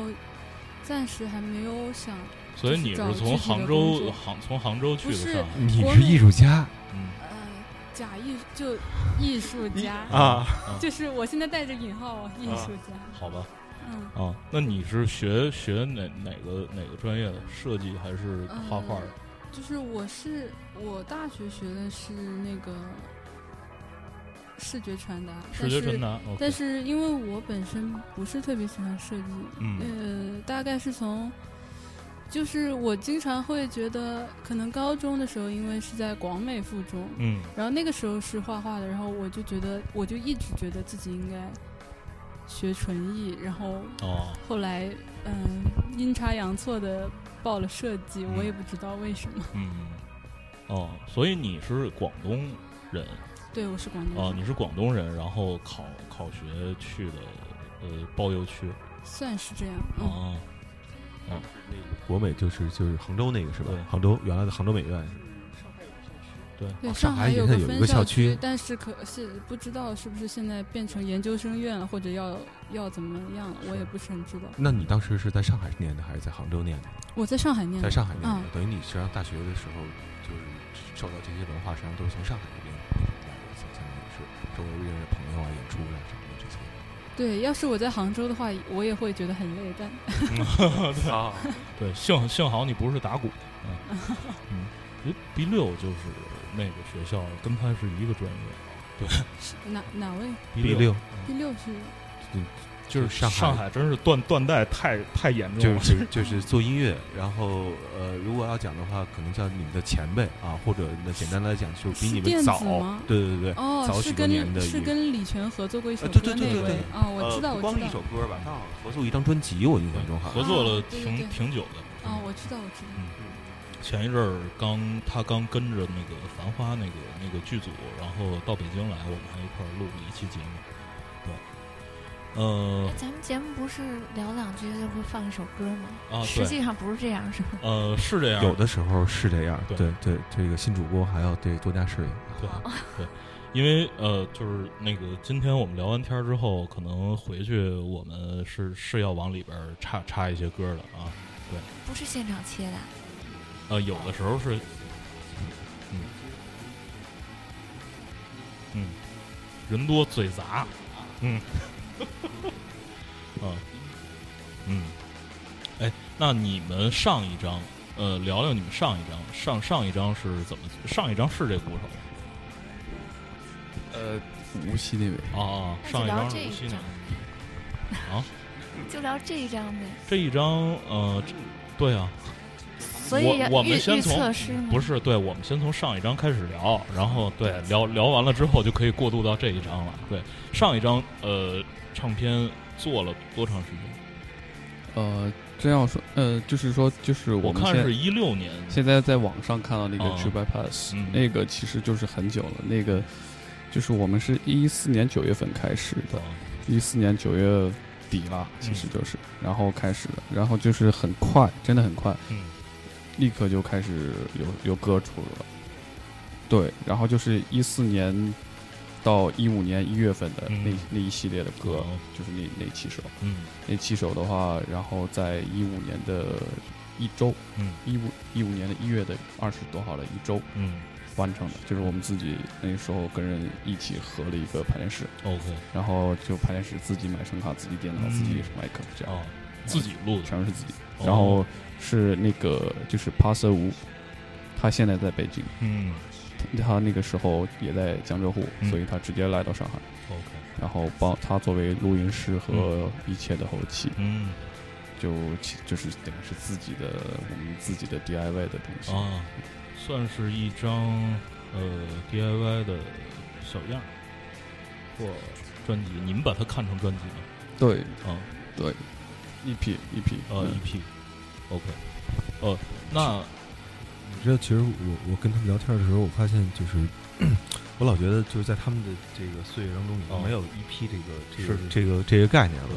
Speaker 3: 暂时还没有想，
Speaker 2: 所以你
Speaker 3: 就是是找具体
Speaker 2: 从
Speaker 3: 的
Speaker 2: 杭
Speaker 3: 工
Speaker 2: 州
Speaker 3: 作
Speaker 2: 杭从杭州去
Speaker 3: 不
Speaker 2: 的
Speaker 3: 是
Speaker 2: 上海？
Speaker 1: 你
Speaker 3: 我
Speaker 1: 是
Speaker 3: 每
Speaker 1: 艺术家
Speaker 2: 嗯
Speaker 3: 呃，假艺就艺术家，
Speaker 2: 哦
Speaker 1: 啊，
Speaker 3: 就是我现在带着引号哦，艺术家，
Speaker 2: 好吧。
Speaker 3: 嗯，
Speaker 2: 啊，那你是学学哪哪个哪个专业的？设计还是
Speaker 3: 呃
Speaker 2: 画画的？
Speaker 3: 就是我是我大学学的是那个视觉传达，
Speaker 2: 视觉传达。OK
Speaker 3: 但是因为我本身不是特别喜欢设计，
Speaker 2: 嗯
Speaker 3: 呃，大概是从，就是我经常会觉得，可能高中的时候，因为是在广美附中，
Speaker 2: 嗯
Speaker 3: 然后那个时候是画画的，然后我就觉得，我就一直觉得自己应该学纯艺，然后
Speaker 2: 哦
Speaker 3: 后来，嗯、阴差阳错的报了设计，
Speaker 2: 嗯
Speaker 3: 我也不知道为什么。
Speaker 2: 嗯哦，所以你是广东人。
Speaker 3: 对，我是广东
Speaker 2: 啊，
Speaker 3: 人，
Speaker 2: 你是广东人，然后考考学去的呃包邮区
Speaker 3: 算是这样。嗯，
Speaker 2: 啊，
Speaker 1: 国美就是就是杭州那个是吧
Speaker 2: 对？
Speaker 1: 杭州原来的杭州美院
Speaker 2: 对，
Speaker 3: 对，
Speaker 1: 哦
Speaker 3: 上
Speaker 1: 上海
Speaker 3: 有
Speaker 1: 也是有一
Speaker 3: 分
Speaker 1: 个
Speaker 3: 校
Speaker 1: 校区
Speaker 3: 但是可是不知道是不是现在变成研究生院了，或者要要怎么样了，我也不是很知道。
Speaker 1: 那你当时是在上海念的还是在杭州念的？
Speaker 3: 我在上海念
Speaker 1: 在
Speaker 3: 的，
Speaker 1: 上海念
Speaker 3: 嗯
Speaker 1: 的，等于你实际上大学的时候就是受到这些文化，实际上都是从上海那边来的，相当于是周围认识朋友啊、演出啊什么的这些。
Speaker 3: 对，要是我在杭州的话，我也会觉得很累，但
Speaker 2: 对
Speaker 1: 啊，
Speaker 2: 对，幸幸好你不是打鼓，
Speaker 3: (laughs)
Speaker 2: 嗯嗯诶，B 六就是那个学校跟他是一个专业
Speaker 3: 是哪哪位
Speaker 1: B
Speaker 2: 六
Speaker 1: 六
Speaker 3: 第六是
Speaker 2: 就是
Speaker 1: 上海
Speaker 2: 上海真是断断代太太严重
Speaker 1: 就
Speaker 2: 了，
Speaker 1: 是就是做音乐，然后呃，如果要讲的话，可能叫你们的前辈啊，或者那简单来讲，就是比
Speaker 3: 是
Speaker 1: 你
Speaker 3: 电
Speaker 1: 们
Speaker 3: 子
Speaker 1: 早
Speaker 3: 吗。
Speaker 1: 对对对，
Speaker 3: 哦
Speaker 1: 早，
Speaker 3: 是
Speaker 1: 许多年
Speaker 3: 跟
Speaker 1: 的
Speaker 3: 是
Speaker 1: 一个
Speaker 3: 跟李泉合作过一首
Speaker 1: 啊对对
Speaker 3: 歌那
Speaker 1: 对对
Speaker 3: 位
Speaker 1: 对
Speaker 3: 啊，我知道
Speaker 1: 呃不
Speaker 3: 我
Speaker 1: 光
Speaker 3: 知
Speaker 1: 是
Speaker 3: 道
Speaker 1: 一首歌吧，刚好合作一张专辑，我印象中哈
Speaker 2: 合作了
Speaker 3: 啊对对
Speaker 2: 挺
Speaker 3: 对
Speaker 2: 挺久的。
Speaker 3: 啊，我知道我知道，
Speaker 2: 前一阵儿刚他刚跟着那个《繁花》那个那个剧组，然后到北京来，我们还一块儿录了一期节目。对，呃
Speaker 4: 咱们节目不是聊两句就会放一首歌吗？
Speaker 2: 啊，
Speaker 4: 实
Speaker 2: 对，
Speaker 4: 际上不是这样，是吧？
Speaker 2: 呃，是这样，
Speaker 1: 有的时候是这样，
Speaker 2: 对
Speaker 1: 对对，这个新主播还要对多加适应。
Speaker 2: 对
Speaker 4: 哦
Speaker 2: 对，因为呃，就是那个今天我们聊完天儿之后，可能回去我们是是要往里边儿插插一些歌的啊。
Speaker 4: 不是现场切的，
Speaker 2: 呃，有的时候是，嗯嗯，人多嘴杂，嗯， (laughs) 啊，嗯，哎，那你们上一张，呃，聊聊你们上一张，上上一张是怎么？上一张是这鼓手吗
Speaker 5: 呃，无锡那位，
Speaker 2: 哦，哦上一张是无锡那个。
Speaker 4: 就聊这一张呗。
Speaker 2: 这一张，呃，这对啊，
Speaker 4: 所以
Speaker 2: 我我们
Speaker 4: 预
Speaker 2: 先
Speaker 4: 预
Speaker 2: 从
Speaker 4: 测是吗？
Speaker 2: 不是，对，我们先从上一章开始聊，然后对聊聊完了之后，就可以过渡到这一章了。对，上一章呃，唱片做了多长时间？
Speaker 5: 呃，真要说，呃，就是说，就是
Speaker 2: 我
Speaker 5: 们
Speaker 2: 看
Speaker 5: 现
Speaker 2: 是一六年，
Speaker 5: 现在在网上看到那个
Speaker 2: 啊
Speaker 5: True Bypass，、
Speaker 2: 嗯
Speaker 5: 那个其实就是很久了，那个就是我们是一四年九月份开始的，一四年九月底了，其实就是，然后开始的，然后就是很快，真的很快，
Speaker 2: 嗯
Speaker 5: 立刻就开始有有歌出了，对，然后就是一四年到一五年一月份的那、
Speaker 2: 嗯
Speaker 5: 那一系列的歌，
Speaker 2: 哦
Speaker 5: 就是那那七首，
Speaker 2: 嗯
Speaker 5: 那七首的话，然后在一五年的一周，
Speaker 2: 嗯
Speaker 5: 一五一五年的一月的二十多号的一周
Speaker 2: 嗯
Speaker 5: 完成的，就是我们自己那时候跟人一起合了一个排练室，
Speaker 2: ，OK，
Speaker 5: 然后就排练室自己买声卡、自己电脑、
Speaker 2: 嗯
Speaker 5: 自己麦克这样，
Speaker 2: 哦，自己录的，
Speaker 5: 全是自己。
Speaker 2: 哦
Speaker 5: 然后是那个就是帕瑟吴，他现在在北京，
Speaker 2: 嗯
Speaker 5: 他那个时候也在江浙沪，
Speaker 2: 嗯
Speaker 5: 所以他直接来到上海，
Speaker 2: ，OK，
Speaker 5: 然后帮他作为录音师和一切的后期，
Speaker 2: 嗯
Speaker 5: 就其就是等于是自己的我们自己的 DIY 的东西。
Speaker 2: 啊，算是一张呃 DIY 的小样儿或专辑，你们把它看成专辑吗？
Speaker 5: 对
Speaker 2: 啊。
Speaker 5: 对，EP EP
Speaker 2: 呃
Speaker 5: 嗯
Speaker 2: ，EP，OK，呃，那
Speaker 1: 你知道，其实我我跟他们聊天的时候，我发现就是 (clears throat) 我老觉得就是在他们的这个岁月当中，已
Speaker 2: 哦
Speaker 1: 经没有 EP 这个这个
Speaker 2: 是是
Speaker 1: 这个这个概念了。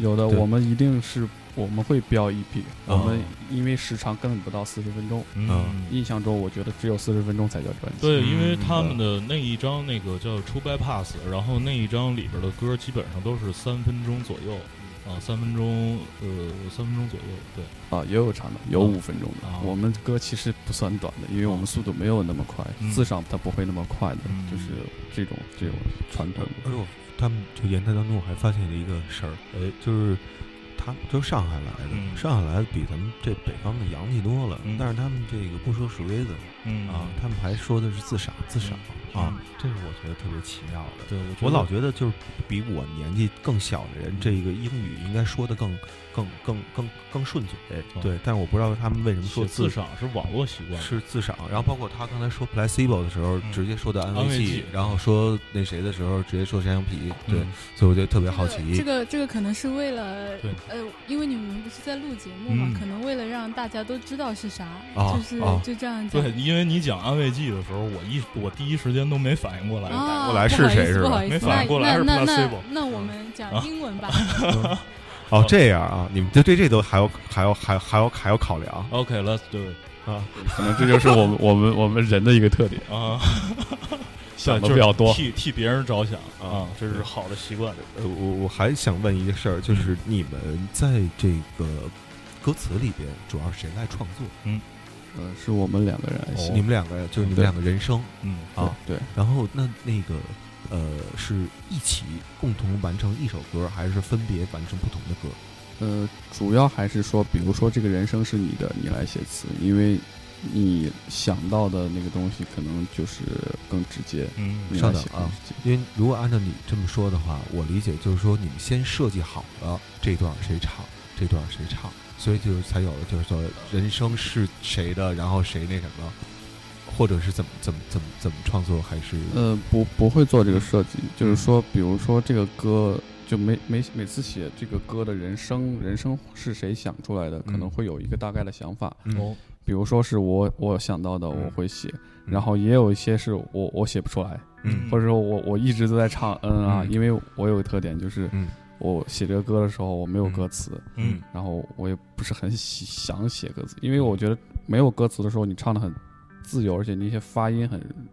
Speaker 5: 有的
Speaker 1: 对
Speaker 5: 我们一定是我们会标 EP，我
Speaker 1: 哦
Speaker 5: 们因为时长根本不到四十分钟，
Speaker 2: 嗯，
Speaker 5: 印象中我觉得只有四十分钟才叫专辑。
Speaker 2: 对，
Speaker 1: 嗯
Speaker 2: 因为他们的那一张那个叫《出 Bypass》，然后那一张里边的歌基本上都是三分钟左右。啊，三分钟，呃，三分钟左右，对，
Speaker 5: 啊，也有长的，有
Speaker 2: 哦
Speaker 5: 五分钟的。
Speaker 2: 哦
Speaker 5: 我们歌其实不算短的，因为我们速度没有那么快，
Speaker 2: 嗯
Speaker 5: 字上它不会那么快的，
Speaker 2: 嗯
Speaker 5: 就是这种这种传统
Speaker 1: 而且
Speaker 5: (laughs) 的。
Speaker 1: 我他们就言谈当中，我还发现了一个事儿，
Speaker 2: 哎，
Speaker 1: 就是他们就是上海来的，
Speaker 2: 嗯
Speaker 1: 上海来的比咱们这北方的洋气多了，
Speaker 2: 嗯
Speaker 1: 但是他们这个不说是威的
Speaker 2: 嗯
Speaker 1: 啊，他们还说的是自赏自赏、
Speaker 2: 嗯
Speaker 1: 啊，这是我觉得特别奇妙的。
Speaker 2: 对我觉
Speaker 1: 我
Speaker 2: 得
Speaker 1: 老觉得就是比我年纪更小的人，这个英语应该说的更更更更更顺嘴。
Speaker 2: 哦
Speaker 1: 对，但是我不知道他们为什么说
Speaker 2: 写自
Speaker 1: 自
Speaker 2: 赏是网络习惯，
Speaker 1: 是自赏。然后包括他刚才说 placebo 的时候，
Speaker 2: 嗯
Speaker 1: 直接说的安
Speaker 2: 安慰
Speaker 1: 慰
Speaker 2: 剂
Speaker 1: 剂，然后说那谁的时候，直接说山羊皮。对，
Speaker 2: 嗯
Speaker 1: 所以我觉得特别好
Speaker 3: 这
Speaker 1: 奇。
Speaker 3: 个这个可能是为了
Speaker 2: 对
Speaker 3: 呃，因为你们不是在录节目嘛，
Speaker 2: 嗯
Speaker 3: 可能为了让大家都知道是啥，
Speaker 1: 哦
Speaker 3: 就是、
Speaker 1: 哦
Speaker 3: 就这样
Speaker 2: (laughs)
Speaker 3: 讲。
Speaker 2: 对，因为你讲安慰剂的时候，我一我第一时间都没反应过来，
Speaker 3: 啊，
Speaker 1: 过来是谁是吧
Speaker 3: 不好意思，
Speaker 2: 没
Speaker 3: 不好
Speaker 2: 反
Speaker 3: 意
Speaker 2: 应
Speaker 3: 思
Speaker 2: 过
Speaker 3: 那
Speaker 2: 来
Speaker 3: 那那
Speaker 2: 是
Speaker 3: 那
Speaker 2: placebo
Speaker 3: 那我
Speaker 2: 嗯
Speaker 3: 们讲英
Speaker 2: (laughs)
Speaker 3: 文吧。
Speaker 1: 哦，这样啊，你们就对这都还有还有还有还有还有考量
Speaker 2: OK，let's、do it
Speaker 1: 啊？
Speaker 5: 可能这就是我们我们我们人的一个特点，
Speaker 2: (laughs) 啊，
Speaker 5: 想
Speaker 2: (laughs) 就
Speaker 5: 的
Speaker 2: 是
Speaker 5: 比较多。
Speaker 2: 替替别人着想啊
Speaker 1: 啊，
Speaker 2: 这是好的习惯。
Speaker 1: 呃，我我还想问一个事儿，
Speaker 2: 嗯
Speaker 1: 就是你们在这个歌词里边，主要是谁来创作？
Speaker 5: 呃，是我哦们两哦个人来写
Speaker 2: 哦
Speaker 1: 你们两个就是你们
Speaker 5: 对
Speaker 1: 两个人生。
Speaker 2: 嗯，
Speaker 1: 啊，
Speaker 5: 对，
Speaker 1: 然后那那个呃，是一起共同完成一首歌，还是分别完成不同的歌？
Speaker 5: 呃，主要还是说，比如说这个人生是你的，你来写词，因为你想到的那个东西可能就是更直接，
Speaker 2: 嗯
Speaker 5: 你
Speaker 1: 稍
Speaker 5: 来
Speaker 1: 等
Speaker 5: 写
Speaker 1: 啊
Speaker 5: 更直接。
Speaker 1: 因为如果按照你这么说的话，我理解就是说你们先设计好了这段谁唱，这段谁唱，所以就是才有了就是说人生是谁的，然后谁那什么，或者是怎么怎么怎么怎么创作，还是
Speaker 5: 呃，不不会做这个设计，就是说，比如说这个歌，就每每每次写这个歌的人生，人生是谁想出来的，可能
Speaker 1: 嗯
Speaker 5: 会有一个大概的想法。
Speaker 1: 嗯
Speaker 2: 哦，
Speaker 5: 比如说是我我想到的，
Speaker 1: 嗯
Speaker 5: 我会写，然后也有一些是我我写不出来，
Speaker 1: 嗯
Speaker 5: 或者说我我一直都在唱嗯啊，
Speaker 1: 嗯
Speaker 5: 因为我有个特点就是
Speaker 1: 嗯
Speaker 5: 我写这个歌的时候我没有歌词，
Speaker 2: 嗯
Speaker 5: 然后我也不是很喜想写歌词，因
Speaker 1: 嗯
Speaker 5: 为我觉得没有歌词的时候你唱的很自由，而且那些发音很
Speaker 1: 嗯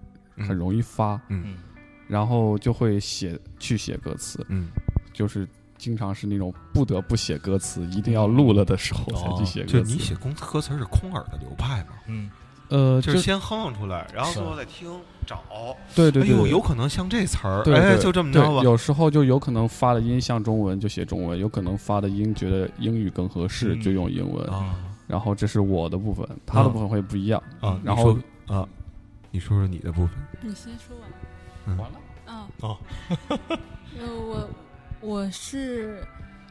Speaker 5: 很容易发。
Speaker 2: 嗯
Speaker 5: 然后就会写去写歌词，
Speaker 1: 嗯，
Speaker 5: 就是经常是那种不得不写歌词，一定要录了的时候
Speaker 2: 哦
Speaker 5: 才去写
Speaker 1: 哦就是
Speaker 5: 歌词。
Speaker 1: 你写歌歌词儿是空耳的流派嘛？
Speaker 2: 嗯，
Speaker 5: 呃，
Speaker 1: 就
Speaker 5: 就是
Speaker 1: 先哼哼出来，然后
Speaker 2: 是
Speaker 1: 最后再听找。
Speaker 5: 对对
Speaker 1: 哎
Speaker 5: 对，
Speaker 1: 呦，
Speaker 5: 对
Speaker 1: 有可能像这词儿，
Speaker 5: 对
Speaker 1: 哎，
Speaker 5: 对
Speaker 1: 就这么
Speaker 5: 对
Speaker 1: 着吧。
Speaker 5: 有时候就有可能发的音像中文就写中文，有可能发的音觉得英语更合适
Speaker 2: 嗯
Speaker 5: 就用英文。
Speaker 1: 啊
Speaker 5: 然后这是我的部分，他的部分会不一样。
Speaker 1: 啊，
Speaker 5: 然后
Speaker 1: 你说啊，你说说你的部分。
Speaker 3: 你先说完。
Speaker 1: 嗯
Speaker 5: 完了
Speaker 3: (laughs) 啊
Speaker 2: 哦，
Speaker 3: 呃，我我是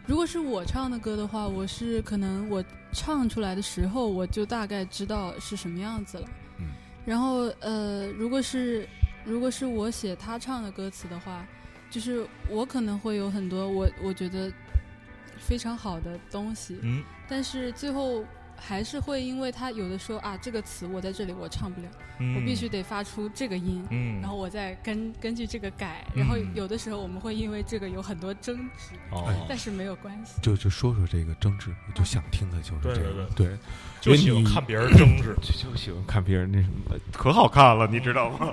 Speaker 3: 如果是我唱的歌的话，我是可能我唱出来的时候，我就大概知道是什么样子了。
Speaker 1: 嗯。
Speaker 3: 然后呃，如果是如果是我写他唱的歌词的话，就是我可能会有很多我我觉得非常好的东西，
Speaker 2: 嗯，
Speaker 3: 但是最后还是会因为他有的说啊这个词我在这里我唱不了，我
Speaker 2: 我
Speaker 3: 必须，得发出这个音，
Speaker 2: 嗯，
Speaker 3: 然后我再根根据这个改，然后
Speaker 2: 嗯
Speaker 3: 有的时候我们会因为这个有很多争执，
Speaker 2: 哦
Speaker 3: 但，是没有关系。
Speaker 1: 就就说说这个争执，我就想听的就是
Speaker 2: 对
Speaker 1: 这
Speaker 2: 对
Speaker 1: 个，对
Speaker 2: 就喜欢看别人争执，
Speaker 7: 就就喜欢看别人那什么，可好看了，你知道吗？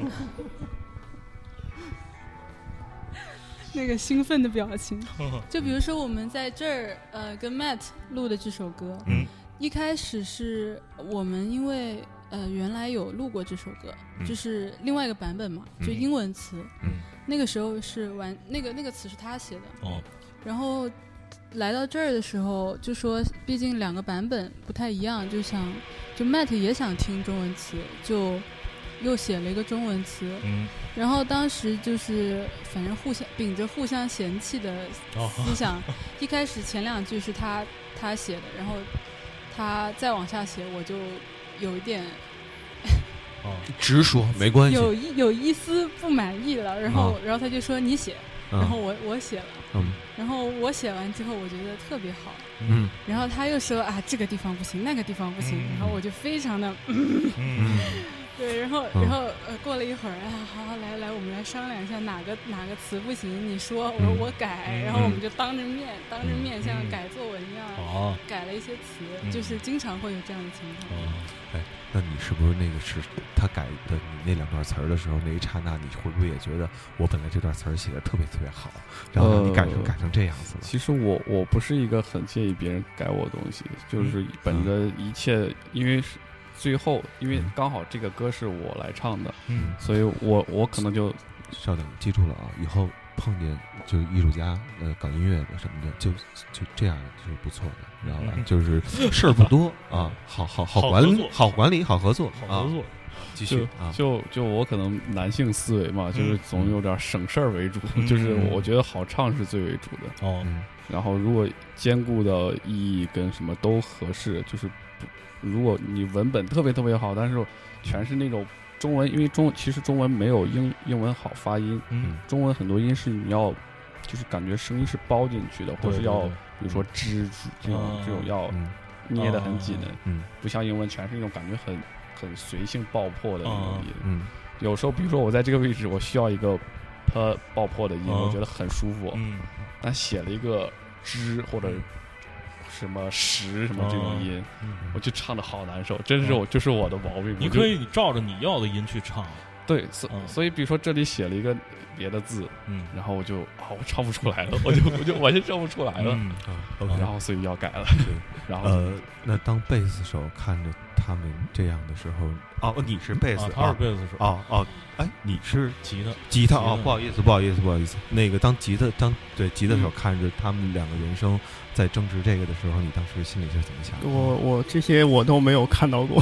Speaker 3: 那个兴奋的表情，
Speaker 2: 呵嗯呵
Speaker 3: 就比如说我们在这儿呃跟 Matt 录的这首歌，
Speaker 2: 嗯，
Speaker 3: 一开始是我们因为呃原来有录过这首歌，
Speaker 1: 嗯
Speaker 3: 就是另外一个版本嘛，就
Speaker 1: 嗯
Speaker 3: 英文词，
Speaker 1: 嗯
Speaker 3: 那个时候是完那个那个词是他写的，
Speaker 2: 哦，
Speaker 3: 然后来到这儿的时候，就说毕竟两个版本不太一样，就想就 Matt 也想听中文词，就又写了一个中文词。
Speaker 2: 嗯，
Speaker 3: 然后当时就是反正互相秉着互相嫌弃的
Speaker 2: 哦，
Speaker 3: 思想，一开始前两句是他他写的，然后他再往下写，我就有一点
Speaker 2: 哦，
Speaker 1: (laughs) 直说没关系，嗯
Speaker 3: 有一有一丝不满意了。然后、
Speaker 1: 啊
Speaker 3: 然后他就说你写，然后
Speaker 1: 嗯
Speaker 3: 我、我写了，
Speaker 1: 嗯
Speaker 3: 然后我写完之后我觉得特别好。
Speaker 1: 嗯
Speaker 3: 然后他又说啊，这个地方不行，那个地方不行，
Speaker 2: 嗯
Speaker 3: 然后我就非常的
Speaker 2: 嗯
Speaker 1: 嗯，
Speaker 3: 对，然后
Speaker 1: 嗯
Speaker 3: 然后呃，过了一会儿啊，好好来来，我们来商量一下哪个哪个词不行，你说，我说
Speaker 1: 嗯
Speaker 3: 我改，
Speaker 2: 嗯
Speaker 3: 然后我们就当着面当着面像
Speaker 2: 嗯
Speaker 3: 改作文一样、
Speaker 2: 哦，
Speaker 3: 改了一些词，
Speaker 2: 嗯
Speaker 3: 就是经常会有这样的情况。
Speaker 2: 哦，
Speaker 1: 哎那你是不是那个是他改的你那两段词儿的时候，那一刹那你会不会也觉得我本来这段词儿写的特别特别好，然后让你改成
Speaker 5: 呃
Speaker 1: 改成这样子了？
Speaker 5: 其实我我不是一个很介意别人改我的东西，就是本着一切，因为是最后，因为
Speaker 1: 嗯
Speaker 5: 刚好这个歌是我来唱的，
Speaker 2: 嗯，
Speaker 5: 所以我我可能就
Speaker 1: 稍等，记住了啊，以后碰见就是艺术家，呃，搞音乐的什么的，就就这样就是不错的，你知道吧？
Speaker 2: 嗯
Speaker 1: 就是事儿不多啊，好好好
Speaker 2: 好
Speaker 1: 管
Speaker 2: 合
Speaker 1: 理
Speaker 2: 作，
Speaker 1: 好管理，好合作
Speaker 2: 好
Speaker 1: 啊
Speaker 2: 合，作，
Speaker 1: 继续啊，
Speaker 5: 就就我可能男性思维嘛，就是
Speaker 2: 嗯
Speaker 5: 总有点省事儿为主，
Speaker 2: 嗯
Speaker 5: 就是
Speaker 1: 嗯
Speaker 5: 我觉得好唱是最为主的，
Speaker 2: 哦，
Speaker 1: 嗯
Speaker 5: 然后如果兼顾到意义跟什么都合适，就是不，如果你文本特别特别好，但是全是那种中文，因为中其实中文没有英英文好发音，
Speaker 2: 嗯，
Speaker 5: 中文很多音是你要就是感觉声音是包进去的，或是
Speaker 2: 对
Speaker 5: 要
Speaker 2: 对
Speaker 5: 比如说支住这种
Speaker 2: 啊
Speaker 5: 这种要
Speaker 1: 嗯
Speaker 5: 捏得很紧的，
Speaker 1: 嗯
Speaker 5: 不像英文全是那种感觉很很随性爆破的那种
Speaker 2: 啊
Speaker 5: 音。
Speaker 1: 嗯
Speaker 5: 有时候比如说我在这个位置，我需要一个它爆破
Speaker 1: 嗯
Speaker 5: 的音，
Speaker 2: 啊
Speaker 5: 我觉得很舒服。
Speaker 2: 嗯，
Speaker 5: 但写了一个之或者什么十什么这种音，
Speaker 2: 嗯
Speaker 5: 我就唱的好难受，真是我就是我的毛病。
Speaker 2: 哦你
Speaker 5: 我就
Speaker 2: 可以照着你要的音去唱，
Speaker 5: 对，所
Speaker 2: 嗯
Speaker 5: 所以比如说这里写了一个别的字，
Speaker 2: 嗯，
Speaker 5: 然后我就啊我唱不出来了，我 (laughs) 就我就完全唱不出来了，
Speaker 2: 嗯，
Speaker 1: 啊
Speaker 5: 然后所以要改了
Speaker 1: 对，
Speaker 5: 然后
Speaker 1: 呃，那当贝斯手看着他们这样的时候，哦，你是贝斯
Speaker 2: 啊，他是
Speaker 1: 啊，
Speaker 2: 贝斯手，
Speaker 1: 哦哦，哎，你是
Speaker 2: 吉 (laughs) 他，
Speaker 1: 吉他
Speaker 2: 吉他
Speaker 1: 啊，不好意思，不好意思，不好意思。那个当吉他当对吉他手看着他们两个人生在争执这个的时候，你当时心里是怎么想的？
Speaker 6: 我我这些我都没有看到过，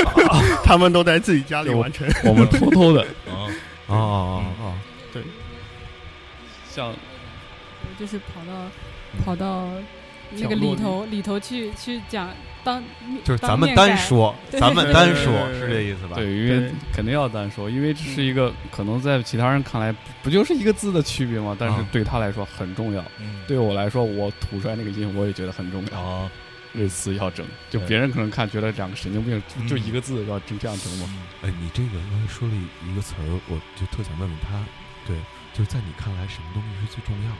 Speaker 6: (laughs) 他们都在自己家里完成。
Speaker 5: 我们偷偷的
Speaker 2: 啊，
Speaker 1: 哦哦哦哦，
Speaker 5: (laughs) 像
Speaker 3: 我就是跑到
Speaker 2: 嗯
Speaker 3: 跑到那个
Speaker 6: 角落
Speaker 3: 里头里头去去讲当
Speaker 1: 就是咱
Speaker 3: 当
Speaker 1: 们
Speaker 3: 面
Speaker 1: 单
Speaker 3: 改
Speaker 1: 说，
Speaker 3: 对
Speaker 1: 咱们
Speaker 6: 对
Speaker 1: 单
Speaker 6: 对
Speaker 1: 说
Speaker 6: 对
Speaker 1: 是这意思吧？
Speaker 5: 对，因为
Speaker 6: 对
Speaker 5: 肯定要单说，因为这是一个可能在其他人看来不就是一个字的区别嘛，但是
Speaker 1: 啊
Speaker 5: 对他来说很重要。
Speaker 2: 嗯，
Speaker 5: 对我来说，我吐出来那个音，我也觉得很重要。
Speaker 2: 啊，
Speaker 5: 为此要争，就
Speaker 2: 对
Speaker 5: 别人可能看觉得两个神经病，
Speaker 2: 嗯
Speaker 5: 就就一个字要争这样争嘛。
Speaker 2: 嗯
Speaker 1: 哎，你这个刚才说了一个词儿，我就特想问问他，对，就是在你看来，什么东西是最重要的？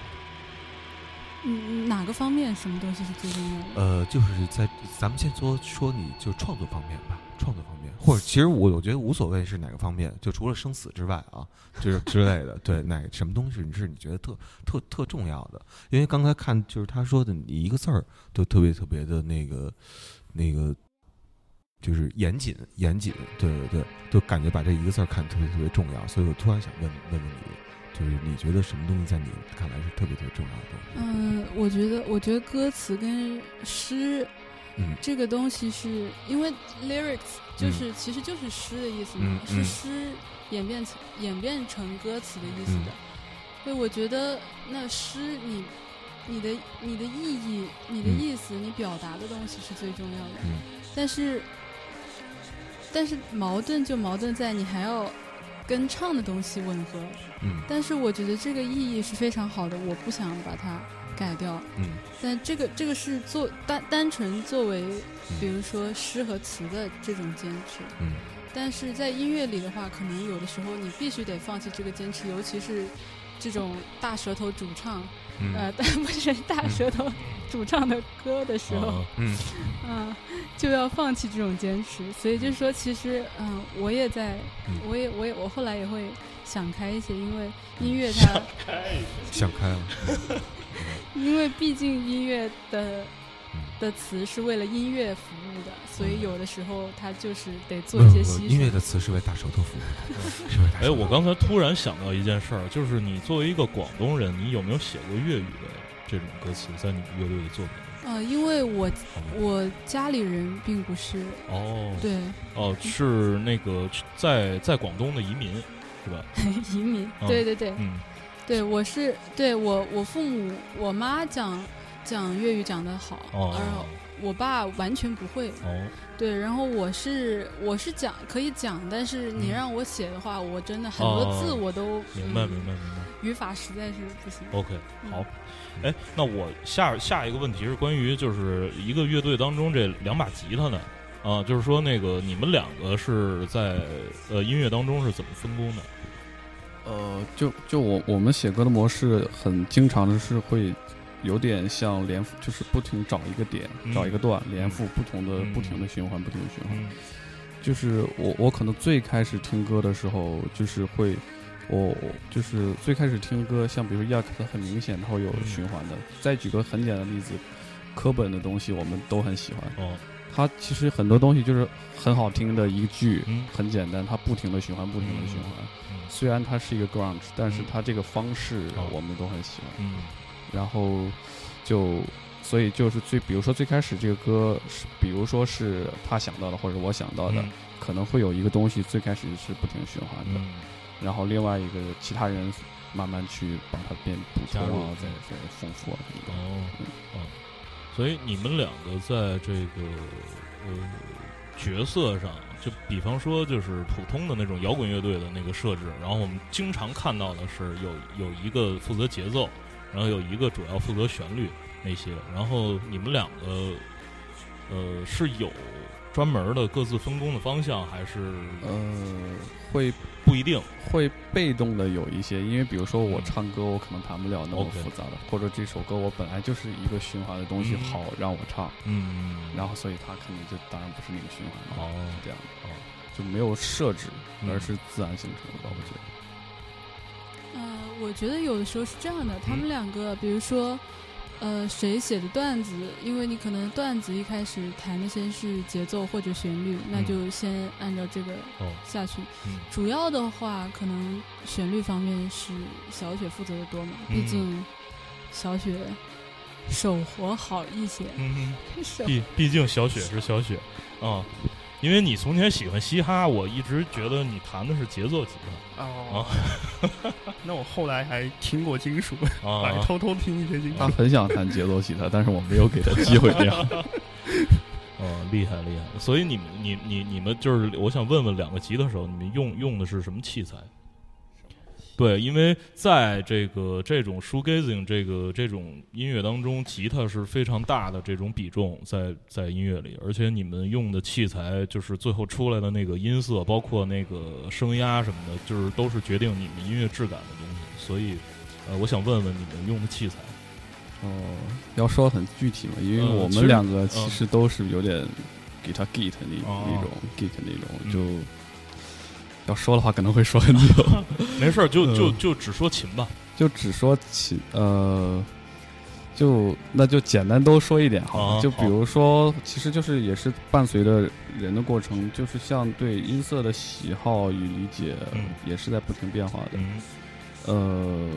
Speaker 3: 嗯哪个方面什么东西是最重要的？
Speaker 1: 呃，就是在咱们先说说你就创作方面吧，创作方面，或者其实我我觉得无所谓是哪个方面，就除了生死之外啊，就是之类的，对，哪个什么东西你是你觉得特特特重要的？因为刚才看就是他说的，你一个字儿都特别特别的那个那个，就是严谨严谨，对对对，就感觉把这一个字儿看得特别特别重要，所以我突然想问问问你，就是你觉得什么东西在你看来是特别特别重要的东西？
Speaker 3: 嗯，我觉得我觉得歌词跟诗
Speaker 1: 嗯
Speaker 3: 这个东西是因为 lyrics 就是、其实就是诗的意思嘛，
Speaker 1: 嗯嗯
Speaker 3: 是诗演变成演变成歌词的意思的。
Speaker 1: 嗯
Speaker 3: 所以我觉得那诗你你的你的意义、你的
Speaker 1: 嗯
Speaker 3: 意思、你表达的东西是最重要的。
Speaker 1: 嗯
Speaker 3: 但是，但是矛盾就矛盾在你还要跟唱的东西吻合。
Speaker 1: 嗯
Speaker 3: 但是我觉得这个意义是非常好的，我不想把它改掉。
Speaker 1: 嗯
Speaker 3: 但这个这个是做单单纯作为，比
Speaker 1: 嗯
Speaker 3: 如说诗和词的这种坚持。
Speaker 1: 嗯
Speaker 3: 但是在音乐里的话，可能有的时候你必须得放弃这个坚持，尤其是这种大舌头主唱，
Speaker 1: 嗯
Speaker 3: 呃， (laughs) 但不是大舌头主唱的歌的时候，
Speaker 2: 啊
Speaker 1: 嗯
Speaker 3: 嗯、就要放弃这种坚持。所以就说，其实，嗯、我也在
Speaker 1: 嗯，
Speaker 3: 我也，我也，我后来也会想开一些，因为音乐它，
Speaker 1: 想开了，
Speaker 3: 因为毕竟音乐的
Speaker 1: 嗯
Speaker 3: 的词是为了音乐服务的，所
Speaker 2: 嗯
Speaker 3: 以有的时候它就是得做
Speaker 1: 没
Speaker 3: 一
Speaker 1: 有
Speaker 3: 些
Speaker 1: 没有
Speaker 3: 牺牲。嗯
Speaker 1: 音乐的词是为大舌头服务的，是为大舌头。
Speaker 2: 哎，我刚才突然想到一件事儿，就是你作为一个广东人，你有没有写过粤语的这种歌词在你们乐队的作品里？
Speaker 3: 呃，因为我我家里人并不是
Speaker 2: 哦，
Speaker 3: 对 (laughs)
Speaker 2: 哦，是那个在在广东的移民是吧？
Speaker 3: 移民，
Speaker 2: 嗯
Speaker 3: 对对对、
Speaker 2: 嗯，
Speaker 3: 对，我是对我我父母我妈讲讲粤语讲的好，然后
Speaker 2: 哦
Speaker 3: 我爸完全不会，
Speaker 2: 哦，
Speaker 3: 对，然后我是我是讲可以讲，但是你
Speaker 2: 嗯
Speaker 3: 让我写的话，我真的很多字
Speaker 2: 哦
Speaker 3: 我都、
Speaker 2: 明白
Speaker 3: 嗯
Speaker 2: 明白明白。
Speaker 3: 语法实在是不行。
Speaker 2: OK，
Speaker 3: 嗯
Speaker 2: 好，哎，那我下下一个问题是关于就是一个乐队当中这两把吉他的啊，就是说那个你们两个是在呃音乐当中是怎么分工的？
Speaker 5: 呃，就就我我们写歌的模式很经常的是会有点像连复，就是不停找一个点，
Speaker 2: 嗯
Speaker 5: 找一个段，连复不同的、
Speaker 2: 嗯
Speaker 5: 不停的循环，不停的循环。
Speaker 2: 嗯
Speaker 5: 就是我我可能最开始听歌的时候，就是会。我我就是最开始听歌，像比如说亚克，它很明显它会有
Speaker 2: 嗯
Speaker 5: 循环的。再举个很简单的例子，科本的东西我们都很喜欢，
Speaker 2: 哦
Speaker 5: 它其实很多东西就是很好听的一句，
Speaker 2: 嗯
Speaker 5: 很简单，它不停的循环，不停的循环。
Speaker 2: 嗯
Speaker 5: 虽然它是一个 grunge，但是
Speaker 2: 嗯
Speaker 5: 它这个方式
Speaker 2: 哦
Speaker 5: 我们都很喜欢。
Speaker 2: 嗯
Speaker 5: 然后就，所以就是最，比如说最开始这个歌是，比如说是他想到的，或者我想到的，
Speaker 2: 嗯
Speaker 5: 可能会有一个东西最开始是不停循环的，
Speaker 2: 嗯
Speaker 5: 然后另外一个其他人慢慢去把它变补充
Speaker 2: 加入
Speaker 5: 啊，再再丰富啊这个。
Speaker 2: 哦哦，所以你们两个在这个呃角色上，就比方说就是普通的那种摇滚乐队的那个设置，然后我们经常看到的是有有一个负责节奏，然后有一个主要负责旋律那些，然后你们两个呃是有专门的各自分工的方向，还是
Speaker 5: 呃，会
Speaker 2: 不一定？
Speaker 5: 会被动的有一些，因为比如说我
Speaker 2: 嗯
Speaker 5: 唱歌，我可能弹不了那么
Speaker 2: OK
Speaker 5: 复杂的，或者这首歌我本来就是一个循环的东西，
Speaker 2: 嗯
Speaker 5: 好让我唱，
Speaker 2: 嗯，
Speaker 5: 然后所以它肯定就当然不是那个循环了，
Speaker 2: 哦
Speaker 5: 是这样的
Speaker 2: 哦，
Speaker 5: 就没有设置，
Speaker 2: 嗯
Speaker 5: 而是自然形成的吧，我觉得。
Speaker 3: 呃，我觉得有的时候是这样的，他
Speaker 2: 嗯
Speaker 3: 们两个，比如说，呃，谁写的段子，因为你可能段子一开始弹的先是节奏或者旋律，那就先按照这个
Speaker 2: 嗯哦
Speaker 3: 下去。
Speaker 2: 嗯
Speaker 3: 主要的话，可能旋律方面是小雪负责的多嘛，
Speaker 2: 嗯
Speaker 3: 毕竟小雪手活好一些， (laughs)
Speaker 2: 嗯哼。
Speaker 3: 手
Speaker 2: 毕毕竟小雪是小雪啊，因为你从前喜欢嘻哈，我一直觉得你弹的是节奏吉
Speaker 6: 哦， (laughs) 那我后来还听过金属，
Speaker 2: 他啊
Speaker 6: 还。偷偷听一些金属
Speaker 5: 他。很想弹节奏吉他，但是我没有给他机会，
Speaker 2: (laughs)
Speaker 5: 这样。
Speaker 2: 嗯，厉害厉害！所以你们、你、你、你们就是，我想问问两个吉他手，你们用用的是什么器材？对，因为在这个这种 shoegazing 这个这种音乐当中，吉他是非常大的这种比重在在音乐里，而且你们用的器材就是最后出来的那个音色，包括那个声压什么的，就是都是决定你们音乐质感的东西。所以，呃，我想问问你们用的器材。
Speaker 5: 哦，要说很具体嘛，因为
Speaker 2: 嗯
Speaker 5: 我
Speaker 2: 其实
Speaker 5: 们两个其实都是有点给他 git 那
Speaker 2: 嗯哦
Speaker 5: 那种 git 那种，
Speaker 2: 嗯
Speaker 5: 就要说的话可能会说很久。
Speaker 2: 没事儿，就就
Speaker 5: 嗯
Speaker 2: 就只说琴吧。
Speaker 5: 就只说起呃，就那就简单多说一点好了。
Speaker 2: 啊
Speaker 5: 就比如说，其实就是也是伴随着人的过程，就是像对音色的喜好与理解，
Speaker 2: 嗯
Speaker 5: 也是在不停变化的。
Speaker 2: 嗯
Speaker 5: 呃，